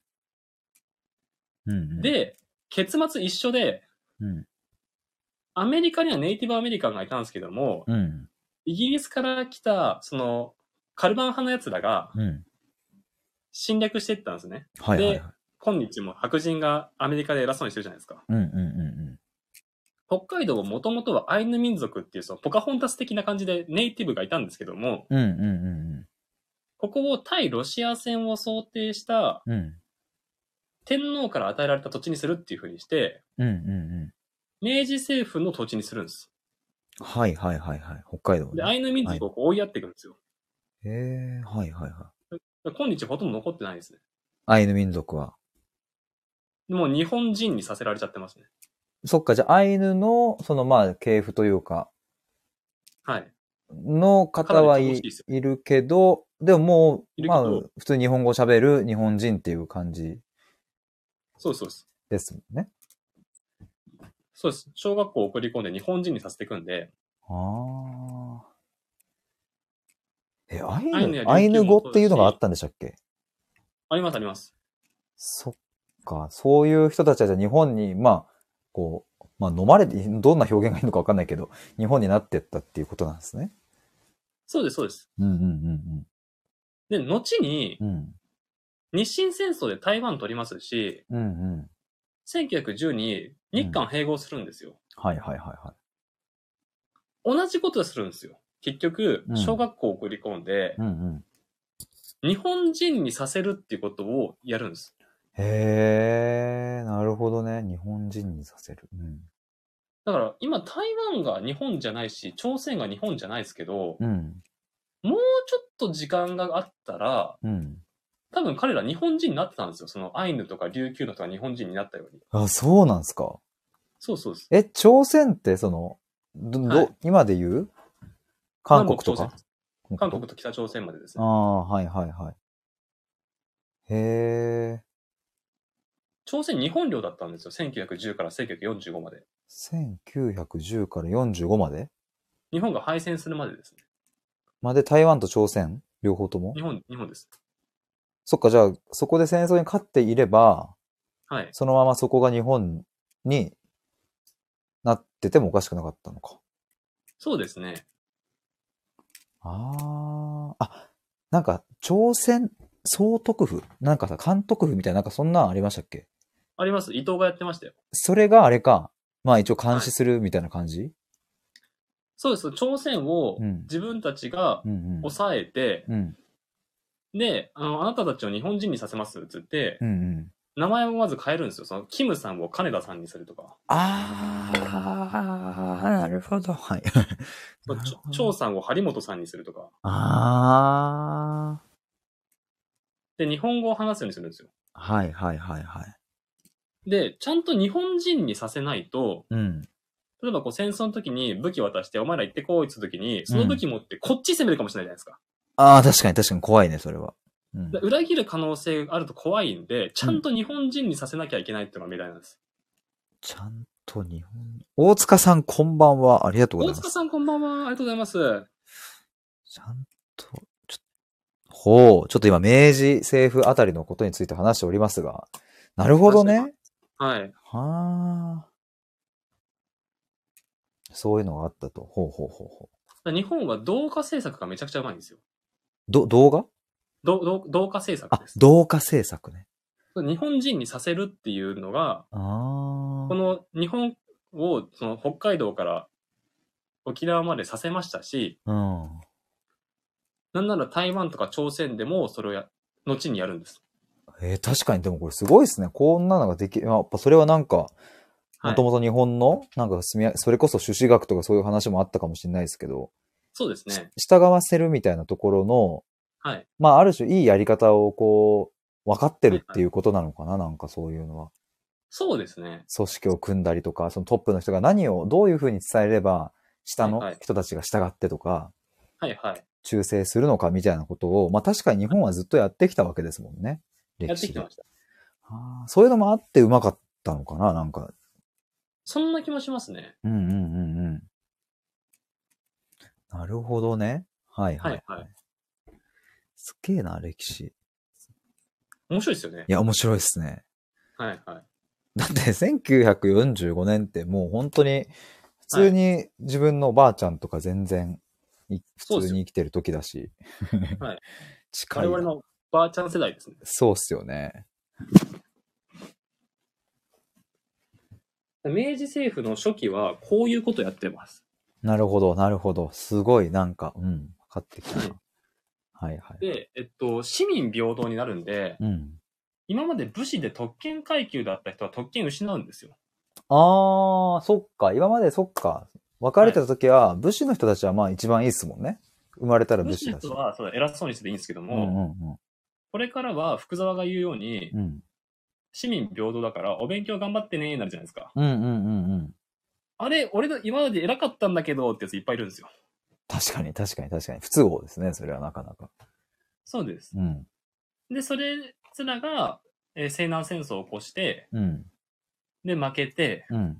うん、で、結末一緒で、うん。アメリカにはネイティブアメリカンがいたんですけども、うん。イギリスから来た、その、カルバン派の奴らがうん。侵略していったんですね。はいはいはい。今日も白人がアメリカで偉そうにしてるじゃないですか。うんうんうん北海道はもともとはアイヌ民族っていう、そのポカホンタス的な感じでネイティブがいたんですけども、うん。うんうんうんここを対ロシア戦を想定したうん。うん。天皇から与えられた土地にするっていうふうにして、うんうん明治政府の土地にするんです。うん。はいはいはいはい。北海道ね。で、アイヌ民族をこう追いやっていくんですよ。へえ、はいはいはい。だから今日ほとんど残ってないですね。アイヌ民族は。もう日本人にさせられちゃってますね。そっか、じゃあアイヌの、そのまあ、系譜というか、はい。の方はかなりい楽しいですいるけど、でもも、いうるけまあど、普通に日本語喋る日本人っていう感じそうですそうです。ですもんね。そうです。小学校を送り込んで日本人にさせていくんで、ああ。え、アイアイヌヌや琉球、もアイヌ語っていうのがあったんでしたっけありますあります。そっか、そういう人たちはじゃあ日本に、まあ、こう、まあ飲まれて、どんな表現がいいのかわかんないけど、日本になってったっていうことなんですね。そうですそうです。うんうんで、後にうんうん。うん。日清戦争で台湾取りますし、うんうん。 1910に日韓併合するんですよ。はいはいはいは同じことするんですよ。結局う、ん小学校を送り込んでい。う、んうん。日本人にさせるっていうことをやるんです。へえ、なるほどね。日本人にさせる。うん。だから今台湾が日本じゃないし、朝鮮が日本じゃないですけど、もううん。ちょっと時間があったら、うん。多分彼ら日本人になってたんですよ。そのアイヌとか琉球のとか日本人になったように。あ、そうなんですか。そうそうです。え、朝鮮ってその、ど、はどい、今で言う韓国と南か北朝鮮韓国と北朝鮮までですあね。あ、はいはいはい。へえ、朝鮮日本領だったんですよ。1910から1945まで。 1910から45まで日本が敗戦するまでですね。まで台湾と朝鮮両方とも日本、日本です。そっか、じゃあ、そこで戦争に勝っていれば、はい。そのままそこが日本になっててもおかしくなかったのか。そうですね。ああ、あ、なんか、朝鮮総督府なんかさ、監督府みたいな、なんかそんなんありましたっけあります。伊藤がやってましたよ。それがあれか、まあ一応監視するみたいな感じ、そうです。朝鮮をうん自分たちがうんうん。抑えて、うん。で、あの、あなたたちを日本人にさせますっつってう、んうん。名前をまず変えるんですよ。その、キムさんを金田さんにするとか、ああ、なるほど。 はい。まあなちるょほど張さんを張本さんにするとか、あで、日本語を話すようにするんですよ。あ、はいはいはいはい。で、ちゃんと日本人にさせないと、うん。例えばこう戦争の時に武器渡して、お前ら行ってこいって言った時に、その武器持ってこっち攻めるかもしれないじゃないですか。ああ、確かに確かに怖いね、それは。うんで、裏切る可能性があると怖いんで、ちゃんと日本人にさせなきゃいけないっていうのが未来なんです。ちゃんと日本。大塚さん、こんばんは。ありがとうござ大いま塚す。さんこんばんは。ありがとうございます。ちゃんと、ちょほう、ちょっと今、明治政府あたりのことについて話しておりますが。なるほどね。はい。はあ。そういうのがあったと。ほうほうほうほう。日本は同化政策がめちゃくちゃうまいんですよ。ど、動画同同同化政あ策で、す。同化政策ね。日本人にさせるっていうのが、あこの日本をその北海道から沖縄までさせましたし、あ。うん。なんなら台湾とか朝鮮でもそれをや後にやるんです。えー確かにでもこれすごいですね。こんなのができ、まあやっぱそれはなんか、はいもともと日本の、なんか住み合い、それこそ朱子学とかそういう話もあったかもしれないですけど、そうですね。従わせるみたいなところの、はい。まあある種いいやり方をこう、分かってるっていうことなのかな、なんかそういうのは。そうですね。組織を組んだりとか、そのトップの人が何をどういうふうに伝えれば、下のはいはい人たちが従ってとか、はいはい。忠誠するのかみたいなことを、まあ確かに日本はずっとやってきたわけですもんね。や歴って史きでてま。した。あーそういうのもあってうまかったのかな、なんか。そんな気もしますね。うんうんうんうん。なるほどね。はいはい。はいはすげえな、歴史。面白いですよねい。や、面白いですね。はいはい。だって1945年ってもう本当に、普通に自分のおばあちゃんとか全然い、そ普うで通すよに生きてる時だし。はい 近我いな。々のばあちゃん世代ですね。そうっすよね。明治政府の初期はこういうことやってます。なるほど、なるほど。すごい、なんか、うん、分かってきたな。はいはい。で、えっと、市民平等になるんで、うん。今まで武士で特権階級だった人は特権失うんですよ。あー、そっか。今までそっか。別れてた時は、武士の人たちはまあ一番いいっすもんね。生まれたら武武士士だのし。人はそう偉そうにしてていいんですけどうも、んうんこれからは福沢が言うようにう、ん。市民平等だからお勉強頑張ってねーになるじゃないですか。うんうんうんうん。あれ、俺の今まで偉かったんだけどってやついっぱいいるんですよ。確かに確かに確かに。不都合ですね。それはなかなか。そうです。うん。で、それつらが、えー西南戦争を起こして、うん。で、負けて、うん。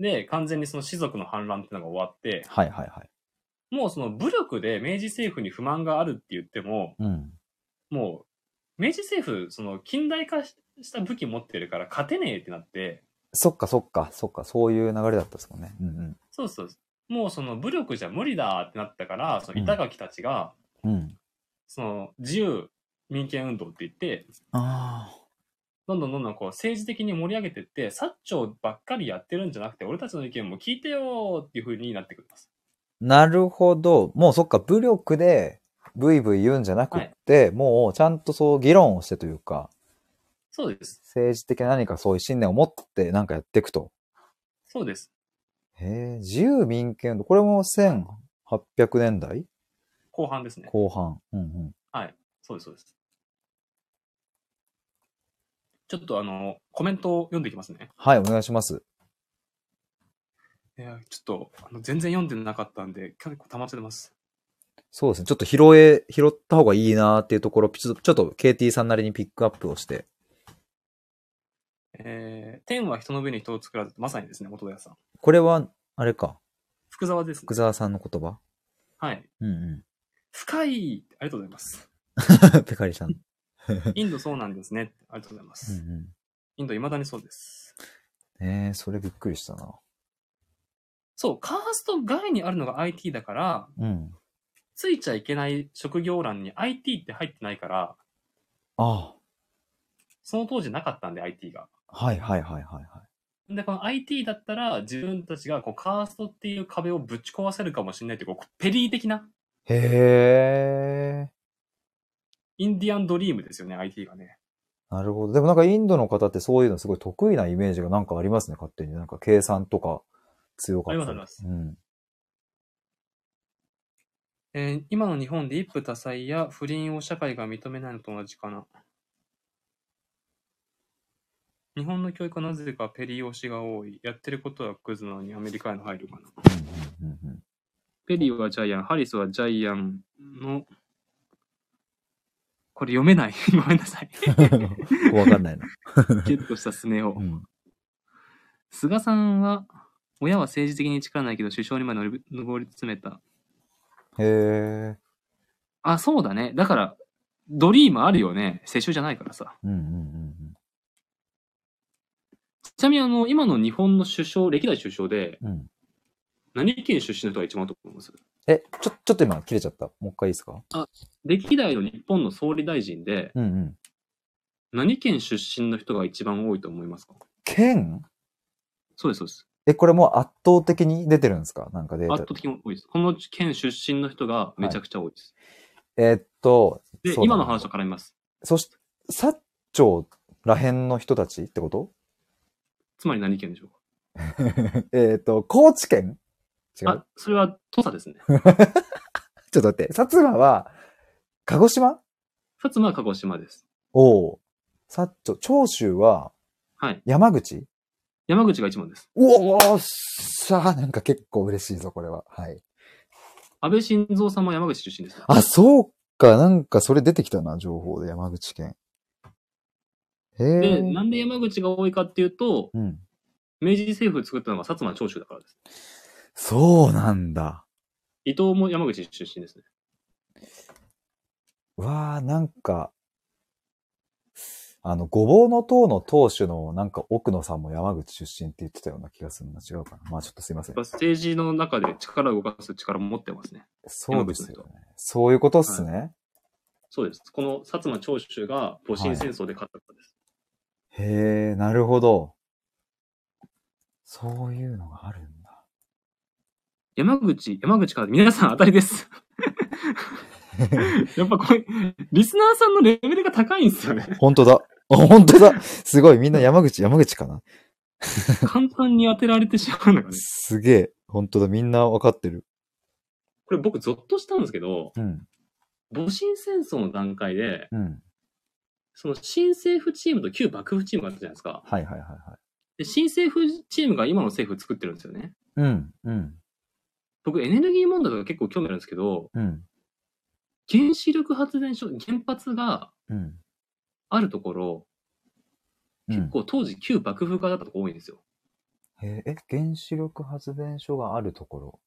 で、完全にその士族の反乱っていうのが終わって、はいはいはい。もうその武力で明治政府に不満があるって言っても、うん。もう、明治政府、その近代化しした武器持ってるから勝てねえってなって、そっかそっか、そっか、そういう流れだったですもんね。うんそうそう、もうその武力じゃ無理だってなったから、その板垣たちが、うん。うん。その自由民権運動って言って、あどんどんどんどんこう政治的に盛り上げてって、薩長ばっかりやってるんじゃなくて、俺たちの意見も聞いてよーっていう風になってくるんです。ー。なるほど。もうそっか、武力で、ブイブイ言うんじゃなくって、もうちゃんとそう議論をしてというか、そうです。政治的な何かそういう信念を持ってなんかやっていくと。そうです。へえ、自由民権運動。これも1800年代後半ですね。後半。うんうん。そうです、そうです。ちょっとあの、コメントを読んでいきますね。はい、お願いします。いや、ちょっと、あの全然読んでなかったんで、結構溜まってます。そうですね。ちょっと拾え、拾った方がいいなーっていうところ、ちょっと、ちょっと KT さんなりにピックアップをして。えー、天は人の上に人を作らず、まさにですね、元田屋さん。これは、あれか、福沢です、福沢さんの言葉はい。うんうん。深い、ありがとうご ざいます。ペカリさん。インドそうなんですね。ありがとうございまうんす。うインド未だにそうです。ん。えー、それびっくりしたな。そう、カースト外にあるのが IT だから、うん。ついちゃいけない職業欄に IT って入ってないから、あその当時なかったんで IT が。あ、はいはいはいはいはい。で、この IT だったら自分たちがこうカーストっていう壁をぶち壊せるかもしれないっていう、こうペリー的なへえ。インディアンドリームですよね、IT がね。なるほど。でもなんかインドの方ってそういうのすごい得意なイメージがなんかありますね、勝手に。なんか計算とか強かった。ありますありますうん。えー今の日本で一夫多妻や不倫を社会が認めないのと同じかな。日本の教育はなぜかペリー推しが多い。やってることはクズなのにアメリカへの配慮かな。うんうんうんうんペリーはジャイアン、ハリスはジャイアンの、これ読めない。 ごめんなさい。ここ わかんないな。ゲットしたスネう夫。ん。菅さんは、親は政治的に力ないけど首相にまで上り詰めた。へえ。あ、そうだね。だから、ドリームあるよね。世襲じゃないからさ。うんうんうんちなみにあの、今の日本の首相、歴代首相で、うん。うん。何県出身の人が一番多いと思いますえ、ちょ、ちょっと今切れちゃった。もう一回いいですか歴代の日本の総理大臣で、うんうん。何県出身の人が一番多いと思いますか県そうです、そうです。え、これもう圧倒的に出てるんですかなんかデータ。圧倒的に多いです。この県出身の人がめちゃくちゃ多いです。えーっと、で、そうだ今なの話と絡みます。そし、薩町らへんの人たちってこと つまり何県でしょうかえっと、高知県違うあ、それは土佐ですね。ちょっと待って、薩摩は、鹿児島薩摩は鹿児島です。おう。薩長、長州ははい。山口山口が一問です。うおーっさあ、なんか結構嬉しいぞ、これは。はい。安倍晋三さんも山口出身です。あ、そうか、なんかそれ出てきたな、情報で、山口県。へで、え。なんで山口が多いかっていうと、うん。明治政府作ったのが薩摩長州だからです。そうなんだ。伊藤も山口出身ですね。うわあ、なんか、あの、ごぼうの塔の当主の、なんか奥野さんも山口出身って言ってたような気がするな。違うかな。まあちょっとすいませんやっ。ぱ政治の中で力を動かす力も持ってますね。そうですよね。そういうことっすね。そうです。この薩摩長州が戊辰戦争で勝ったからです。へえ、なるほど。そういうのがあるんだ。山口、山口から皆さん当たり です。やっぱこれ、リスナーさんのレベルが高いんですよね。 本当だ。 あ、本当だ。すごい。みんな山口、山口かな。簡単に当てられてしまうのがね。すげえ。本当だ。みんなわかってる。これ僕ゾッとしたんですけど、うん。戊辰戦争の段階で、うん。その新政府チームと旧幕府チームがあったじゃないですか。はいはいはいはい。で、新政府チームが今の政府作ってるんですよね。うん。うん。僕エネルギー問題とか結構興味あるんですけど、うん。原子力発電所、原発がうん。あるところ、うん結、構当時旧幕府化だったとこ多いんですよ。へえ、え原子力発電所があるとこ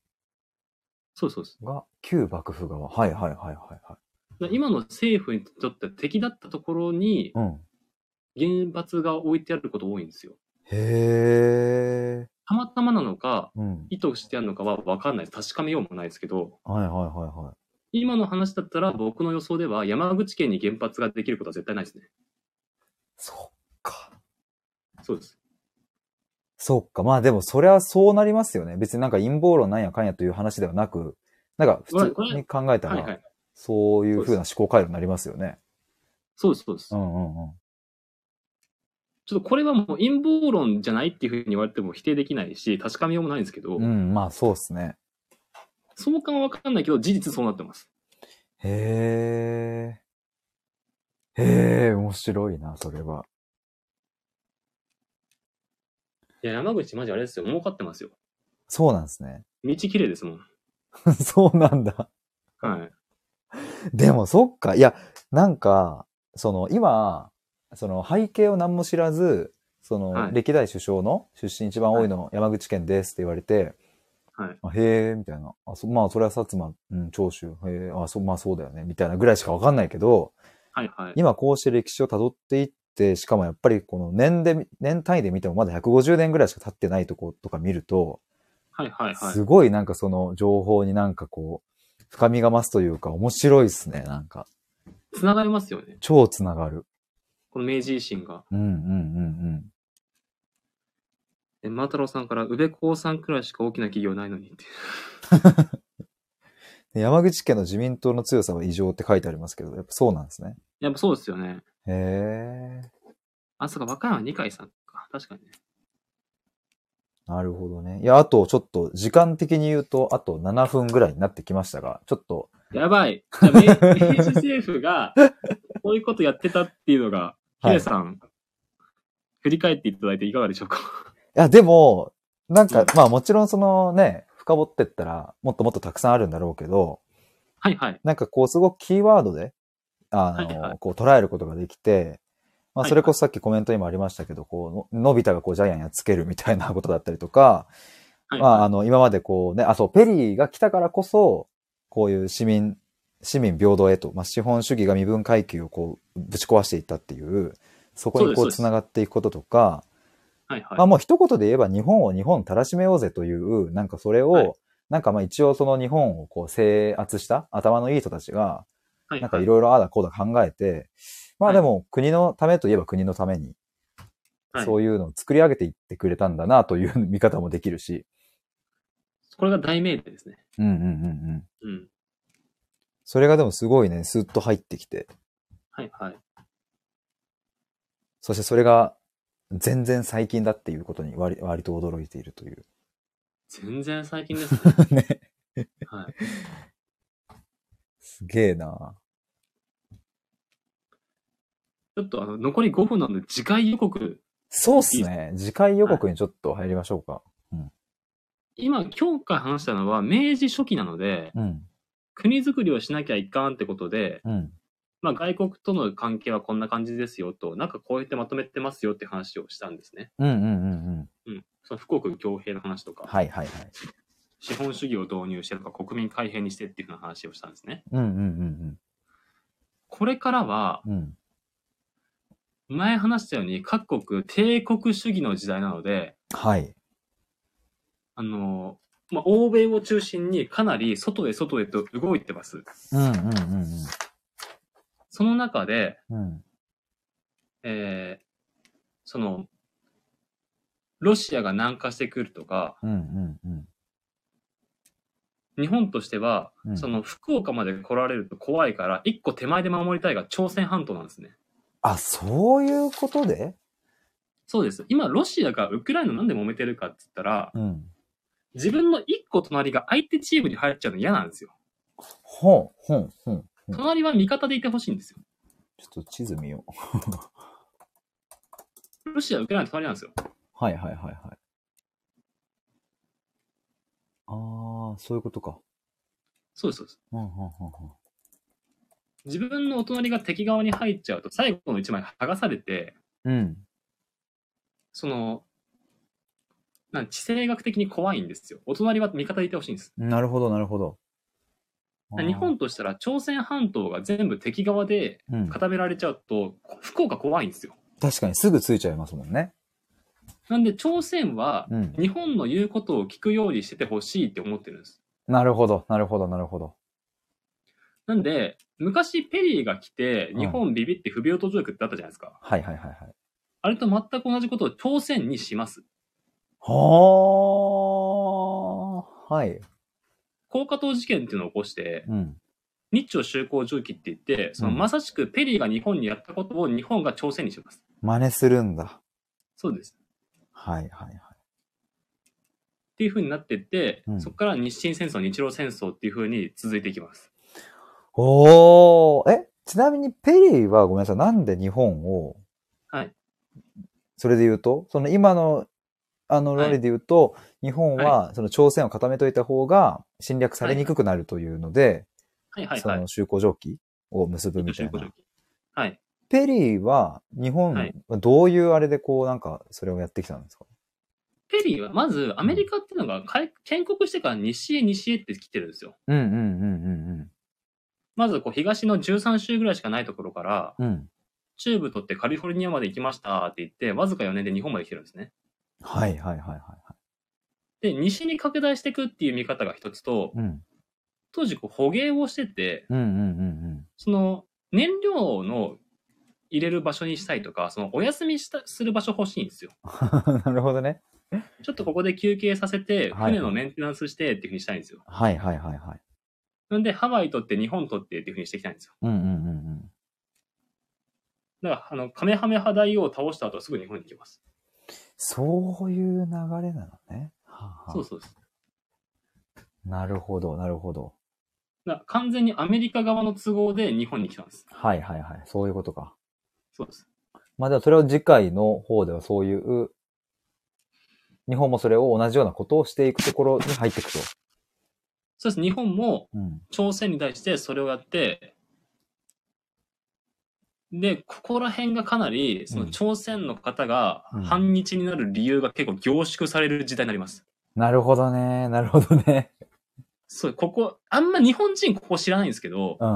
そうですそうです。ろが、旧幕府側。はいはいはいはいはだから今の政府にとって敵だったところにい。うん。原発が置いてあること多いんですよ。へえ。たまたまなのか、うん。意図してあるのかは分かんないです。確かめようもないですけど、はいはいはいはい。今の話だったら僕の予想では山口県に原発ができることは絶対ないですね。そっか。そうです。そうか。まあでも、そりゃそうなりますよね。別になんか陰謀論なんやかんやという話ではなく、なんか普こ通れに考えたはいはら、い。そういう風な思考回路になりますよね。そうです、そうです。うんうんうん。ちょっとこれはもう陰謀論じゃないっていうふうに言われても否定できないし、確かめようもないんですけど、うん、まあそうですね。相関は分かんないけど、事実そうなってます。へえ。へえ、面白いな、それは。いや、山口マジあれですよ。儲かってますよ。そうなんですね。 道綺麗ですもん。そうなんだ。はい。でも、そっか。いや、なんか、その、今、その背景を何も知らず、その、はい歴代首相の出身一番多いの山口県ですって言われて、はいあへえ、みたいな。あそまあ、それは薩摩、うん、長州、へえ、あ、そ、まあそうだよね、みたいなぐらいしかわかんないけど、はいはい。今こうして歴史を辿っていって、しかもやっぱりこの年で、年単位で見てもまだ150年ぐらいしか経ってないとことか見ると、はいはいはいす。ごいなんかその情報になんかこう、深みが増すというか面白いっすね、なんか。つながりますよね。超つながる。この明治維新が。うんうんうんで、マタロさんから、宇部興産くらいしか大きな企業ないのにって。 うん。山口県の自民党の強さは異常って書いてありますけど、やっぱそうなんですね。やっぱそうですよね。へえ、あ、そうか、和歌山二階さんか。確かにね。なるほどね。いや、あとちょっと時間的に言うと、あと7分ぐらいになってきましたが、ちょっと、やばい。じ ゃあ明明治政府が、こういうことやってたっていうのが、ヒはい。いデさん、振り返っていただいていかがでしょうか。 や、でも、なんか、うんまあもちろんそのね、深掘ってったら、もっともっとたくさんあるんだろうけど、はいはい。なんかこう、すごくキーワードで、あの、はいはいこう捉えることができて、まあ、はいはいそれこそさっきコメントにもありましたけど、こうの、のび太がこう、ジャイアンやっつけるみたいなことだったりとか、はいまあ、あの、今までこうね、あ、そう、ペリーが来たからこそ、こういう市民、市民平等へと、まあ、資本主義が身分階級をこう、ぶち壊していったっていう、そこにこそうう、ですそうですつながっていくこととか、はいはい。まあ、もう一言で言えば、日本を日本たらしめようぜという、なんかそれを、はいなんかまあ一応その日本をこう制圧した頭のいい人たちが、はいなんかいろいろああだこうだ考えて、まあでも国のためといえば国のために、はいそういうのを作り上げていってくれたんだなという見方もできるし、これが大命題ですね。うんうんうんうん。うん。それがでもすごいね、スッと入ってきて、はいはい。そしてそれが全然最近だっていうことに割割と驚いているという。全然最近ですね。 ね。はい。すげえなちょっとあの、残り5分なので、次回予告、そうっすね。次回予告にちょっと入りましょうか。今、今日から話したのは、明治初期なので、うん。国づくりをしなきゃいかんってことで、うん。まあ、外国との関係はこんな感じですよと、なんかこうやってまとめてますよって話をしたんですね。うんうんうんうん。うん。その富国強兵の話とか、はいはいはい。資本主義を導入してとか、国民改変にしてっていうふうな話をしたんですね。うんうんうんこれからは、うん。うん。前話したように、各国帝国主義の時代なので、はい。あの、まあ、欧米を中心にかなり外へ外へと動いてます。うんうんうんその中で、うん。うん。えーその、ロシアが南下してくるとか、うんうんうん。日本としては、うんその福岡まで来られると怖いから、一個手前で守りたいが朝鮮半島なんですね。あ、そういうことでそうです。今、ロシアがウクライナなんで揉めてるかって言ったら、うん。自分の一個隣が相手チームに入っちゃうの嫌なんですよ。ほうほうほう。うん隣は味方でいてほしいんですよ。ちょっと地図見よう。ロシア、ウクライナの隣なんですよ。はいはいはいはい。ああ、そういうことか。そうです、そうです。うんうんうん自分のお隣が敵側に入っちゃうと、最後の一枚剥がされて、うん。うん。その、なん地政学的に怖いんですよ。お隣は味方でいてほしいんです。なるほどなるほど。あー日本としたら朝鮮半島が全部敵側でうん、固められちゃうと、福岡怖いんですよ。確かにすぐついちゃいますもんね。なんで朝鮮はうん。日本の言うことを聞くようにしててほしいって思ってるんです。なるほど、なるほど、なるほど。なんで、昔ペリーが来てうん日本ビビって不平等条約ってあったじゃないですか。はいはいはいはい。あれと全く同じことを朝鮮にします。はあ、はい。高架島事件っていうのを起こして、うん。日朝修好条約って言って、そのうんまさしくペリーが日本にやったことを日本が朝鮮にします。真似するんだ。そうです。はいはいはい。っていう風になってって、うんそこから日清戦争、日露戦争っていう風に続いていきます。おー、え、ちなみにペリーはごめんなさい、なんで日本を、はい。それで言うと、その今の、あのはい論理で言うと、日本は、その朝鮮を固めといた方が侵略されにくくなるというので、はいはいそはいの。修好条記を結ぶみたい日朝修好な条。約はい。ペリーは日は本い、どういうあれでこうなんかそれをやってきたんですかペリーはまずアメリカっていうのが開建国してから西へ西へって来てるんですよ。うんうんうんうんまずこう東の13州ぐらいしかないところから、うん。うん。中部取ってカリフォルニアまで行きましたって言って、わずか4年で日本まで来てるんですね。はいはいはいはいはで、西に拡大していくっていう見方が一つとい。、うん。当時こう捕鯨をしてて、うんうんうんその燃料の入れる場所にしたいとか、そのお休みしたする場所欲しいんですよ。うん。 なるほどね。ちょっとここで休憩させて、はい船のメンテナンスしてっていうふうにしたいんですよ。はいはいはいはい。なんで、ハワイ取って日本取ってっていうふうにしていきたいんですよ。うんうんうんだから、あの、カメハメハ大王を倒した後すぐ日本に行きます。そういう流れなのね。はあはあそうそうです。なるほど、なるほど。だから完全にアメリカ側の都合で日本に来たんです。はいはいはい。そういうことか。そうです。まあでもそれを次回の方ではそういう、日本もそれを同じようなことをしていくところに入っていくと。そうです。日本もうん。朝鮮に対してそれをやって、で、ここら辺がかなり、その朝鮮の方がうん反日になる理由が結構凝縮される時代になります。なるほどね。なるほどね。そう、ここ、あんま日本人ここ知らないんですけど、う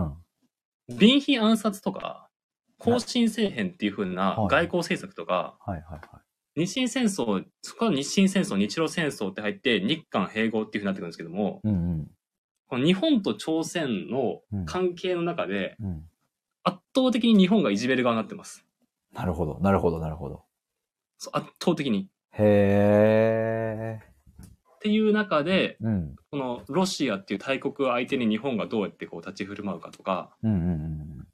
ん。便秘暗殺とか、後進政変っていう風はない外交政策とか、はいはいは日清戦争、そこから日清戦争、日露戦争って入って日韓併合っていう風になってくるんですけども、い。うんこの日本と朝鮮の関係の中で、うん。うん。圧倒的に日本がいじめる側になってます。なるほど、なるほど、なるほど。そう圧倒的に。へっていう中で、ー。うん。このロシアっていう大国を相手に日本がどうやってこう立ち振る舞うかとか、うんうんうんうん。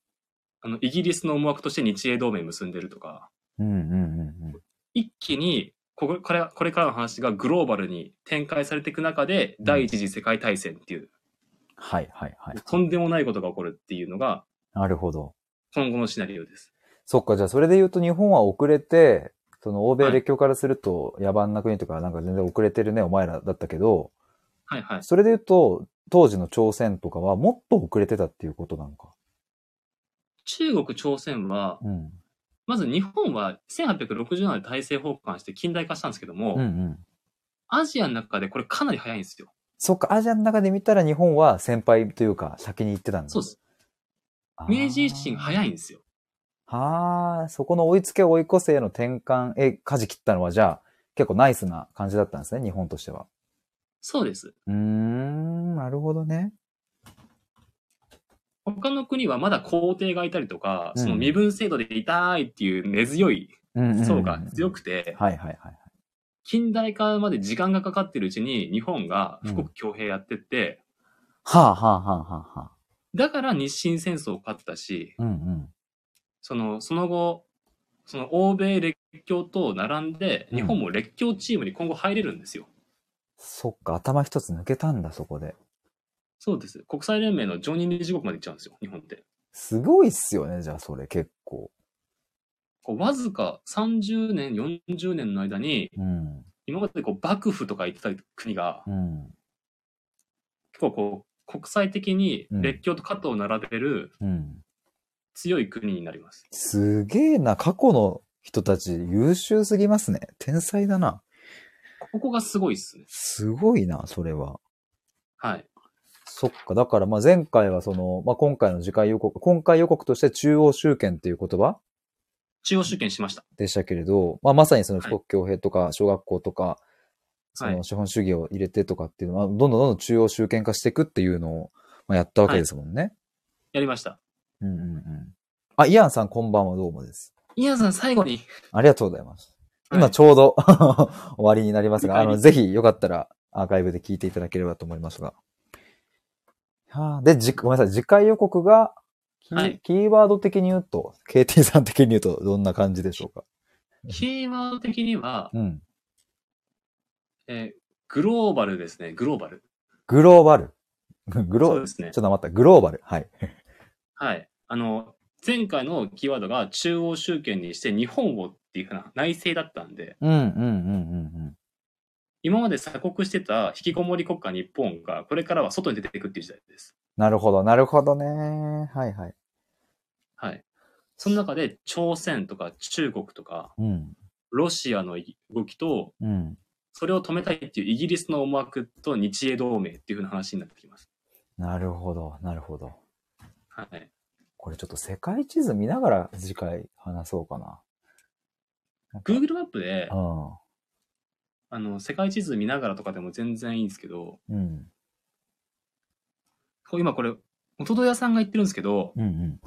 あの、イギリスの思惑として日英同盟結んでるとか、うんうんうんうん。一気にここからこれからの話がグローバルに展開されていく中でん第一次世界大戦っていう、はいはいはい。とんでもないことが起こるっていうのがなるほど。今後のシナリオです。そっか、じゃあそれで言うと日本は遅れて、その欧米列強からすると野蛮な国とかなんか全然遅れてるね、お前らだったけど、はいはい。それで言うと、当時の朝鮮とかはもっと遅れてたっていうことなのか。中国、朝鮮は、うん。まず日本は1867年大政奉還して近代化したんですけども、うんうん。アジアの中でこれかなり早いんですよ。そっか、アジアの中で見たら日本は先輩というか先に行ってたんだ。そうです。あー明治維新早いんですよ。はあ、そこの追いつけ追い越せへの転換へ舵切ったのは、じゃあ、結構ナイスな感じだったんですね、日本としては。そうです。うーん、なるほどね。他の国はまだ皇帝がいたりとか、うんその身分制度で痛いっていう根強いうんうん層が強くて、はいはいはい。近代化まで時間がかかってるうちに日本が富国強兵やってって、はあはあはあはあはあ。だから日清戦争を勝ったし、うんうん。その、その後、その欧米列強と並んで、うん日本も列強チームに今後入れるんですよ。そっか、頭一つ抜けたんだ、そこで。そうです。国際連盟の常任理事国まで行っちゃうんですよ、日本って。すごいっすよね、じゃあそれ結構。こうわずか30年、40年の間に、うん。今までこう幕府とか言ってた国がう、ん。結構こう、国際的に列強と肩を並べるうん。強い国になります。すげえな、過去の人たち優秀すぎますね。天才だな。ここがすごいっすね。すごいな、それは。はい。そっか。だから、まあ、前回はその、まあ、今回の次回予告、今回予告として中央集権っていう言葉中央集権しました。でしたけれど、まあ、まさにそのは富い国強兵とか、小学校とか、そはいの。資本主義を入れてとかっていうのは、どんどんどんどん中央集権化していくっていうのを、まあ、やったわけですもんね。やりました。うんうんうん。あ、イアンさんこんばんはどうもです。イアンさん最後に。ありがとうございます。は今いちょうど、 終わりになりますが、あはの、いぜひよかったらアーカイブで聞いていただければと思いますが。はあ、で、じ、ごめんなさい。次回予告が、キー,、はいキーワード的に言うと、KT さん的に言うと、どんな感じでしょうか。キーワード的には、うん。えーグローバルですね、グローバル。グローバル。グロそうー、でちすねょっ。と待った。グローバル。はい。はい。あの、前回のキーワードが中央集権にして日本をっていうふうな内政だったんで、うん、うん、うん、うん、今まで鎖国してた引きこもり国家日本が、これからは外に出ていくっていう時代です。なるほど、なるほどね。はい、はい。はい。その中で、朝鮮とか中国とか、うん、ロシアの動きと、うん。それを止めたいっていうイギリスの思惑と日英同盟っていうふうな話になってきます。なるほど、なるほど。はい。これちょっと世界地図見ながら次回話そうかな。 Google マップで、うあの、世界地図見ながらとかでも全然いいんですけど、ん。うん。こう今これ、元戸屋さんが言ってるんですけど、うんうん。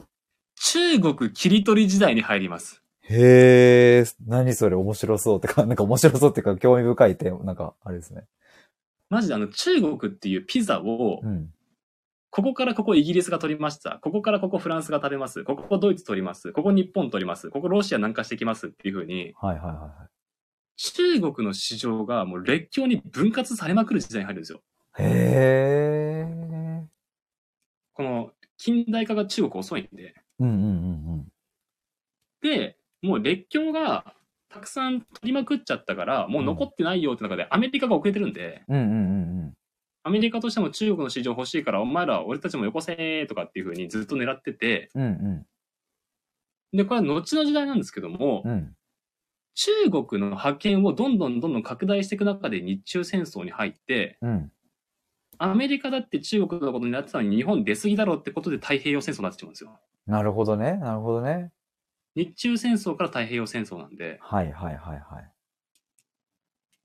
中国切り取り時代に入ります。へえ、何それ面白そうってか、なんか 面白そうっていうか、興味深いテーマ、なんか、あれですね。マジであの、中国っていうピザを、うん。ここからここイギリスが取りました。ここからここフランスが食べます。ここドイツ取ります。ここ日本取ります。ここロシア南下してきますっていう風に、はいはいはいは中国の市場がもう列強に分割されまくる時代に入るんですよ。い。へえ。この近代化が中国遅いんで。うんうんうんで、もう列強がたくさん取りまくっちゃったから、もう残ってないよって中でアメリカが遅れてるんで、うん。うんうんうんうん。アメリカとしても中国の市場欲しいから、お前ら俺たちもよこせとかっていう風にずっと狙ってて、うんうん。で、これは後の時代なんですけども、うん。中国の覇権をどんどんどんどん拡大していく中で日中戦争に入って、うん。アメリカだって中国のことになってたのに日本出過ぎだろうってことで太平洋戦争になってしまうんですよ。なるほどね。なるほどね。日中戦争から太平洋戦争なんで、はいはいはいはい。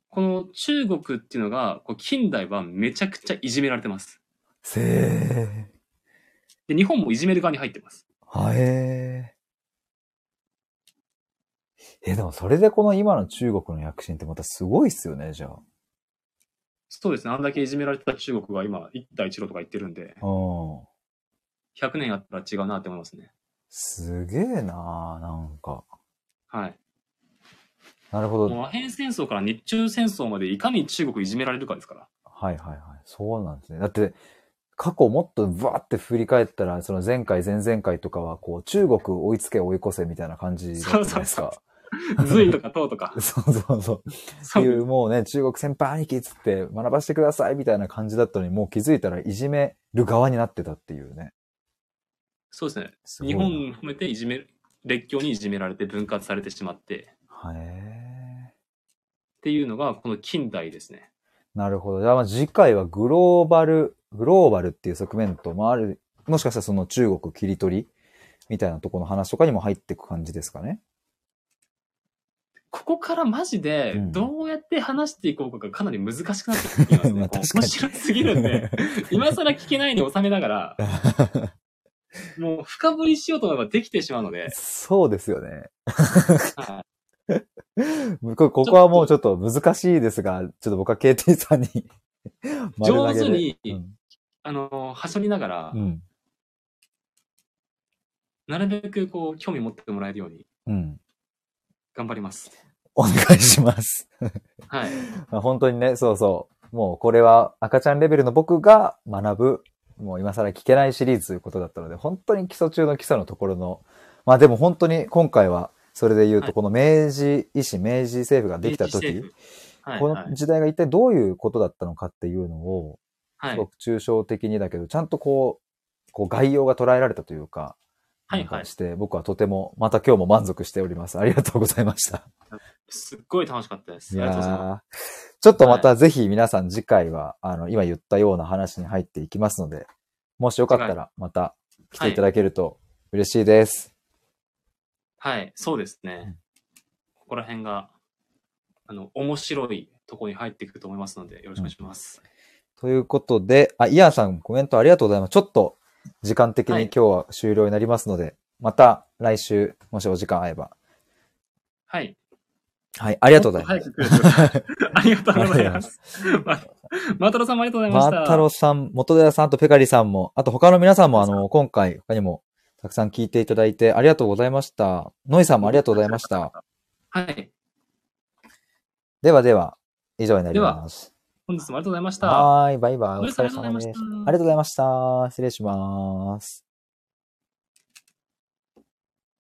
この中国っていうのが、こう近代はめちゃくちゃいじめられてます。せー。で、日本もいじめる側に入ってます。はえー。え、でもそれでこの今の中国の躍進ってまたすごいっすよね、じゃあ。そうですね。あんだけいじめられてた中国が今、一帯一路とか言ってるんで、うん。 100年やったら違うなって思いますね。すげえななんか。はい。なるほど。もうアヘン戦争から日中戦争までいかに中国いじめられるかですから。はいはいはい。そうなんですね。だって、過去もっとバーって振り返ったら、その前回、前々回とかは、こう、中国追いつけ追い越せみたいな感じだったじゃないですか。。隋とか唐とか そうそうそう。ってそういう、もうね、中国先輩兄貴っつって学ばしてくださいみたいな感じだったのに、もう気づいたらいじめる側になってたっていうね。そうですすね。ごい日な本含めていじめ、列強にいじめられて分割されてしまって、へえ。っていうのがこの近代ですね。なるほど。じゃあまあ次回はグローバル、グローバルっていう側面と、まあある、もしかしたらその中国切り取りみたいなところの話とかにも入っていく感じですかね。ここからマジでうんどうやって話していこうかがかなり難しくなってきますね。 まあこう確かに面白すぎる んで、今更聞けないに収めながら、もう深掘りしようと思えばできてしまうので、そうですよね。はこここはもうちょっと難しいですが、ちょっと僕は KT さんに 丸投げで上手にうんあの、はしょりながら、うん。なるべくこう、興味持ってもらえるようにうん。頑張ります。お願いします。はい。まあ本当にね、そうそう。もうこれは赤ちゃんレベルの僕が学ぶ、もう今更聞けないシリーズということだったので、本当に基礎中の基礎のところの、まあでも本当に今回は、それで言うはと、いこの明治維新、明治政府ができた明治時政、府はい、こはのい。時代が一体どういうことだったのかっていうのを、はすいご。く抽象的にだけど、ちゃんとこう、こう概要が捉えられたというか、はいなんはかい。して、僕はとても、また今日も満足しております。ありがとうございました。すっごい楽しかったです。いありやがとうございます。ーちょっとまたぜひ皆さん次回は、あの、今言ったような話に入っていきますので、もしよかったらまた来ていただけると嬉しいです。はい、そうですうねん。ここら辺が、あの、面白いとこに入っていくと思いますので、よろしくお願いします。ということで、あ、イアンさんコメントありがとうございます。ちょっと時間的はにい今日は終了になりますので、また来週、もしお時間合えば。はい。はい、ありがとうございます。もっと早く来るとありがとうございます。 ま、マトロさんもありがとうございまマした。ータロさん、元寺さんとペカリさんも、あと他の皆さんも、あの、今回、他にも、たくさん聞いていただいてありがとうございました。ノイさんもありがとうございました。はい。ではでは、以上になります。本日もありがとうございました。はーい、バイバイ。おお疲疲れれ様様でし。でしたありたがとうございました。失礼します。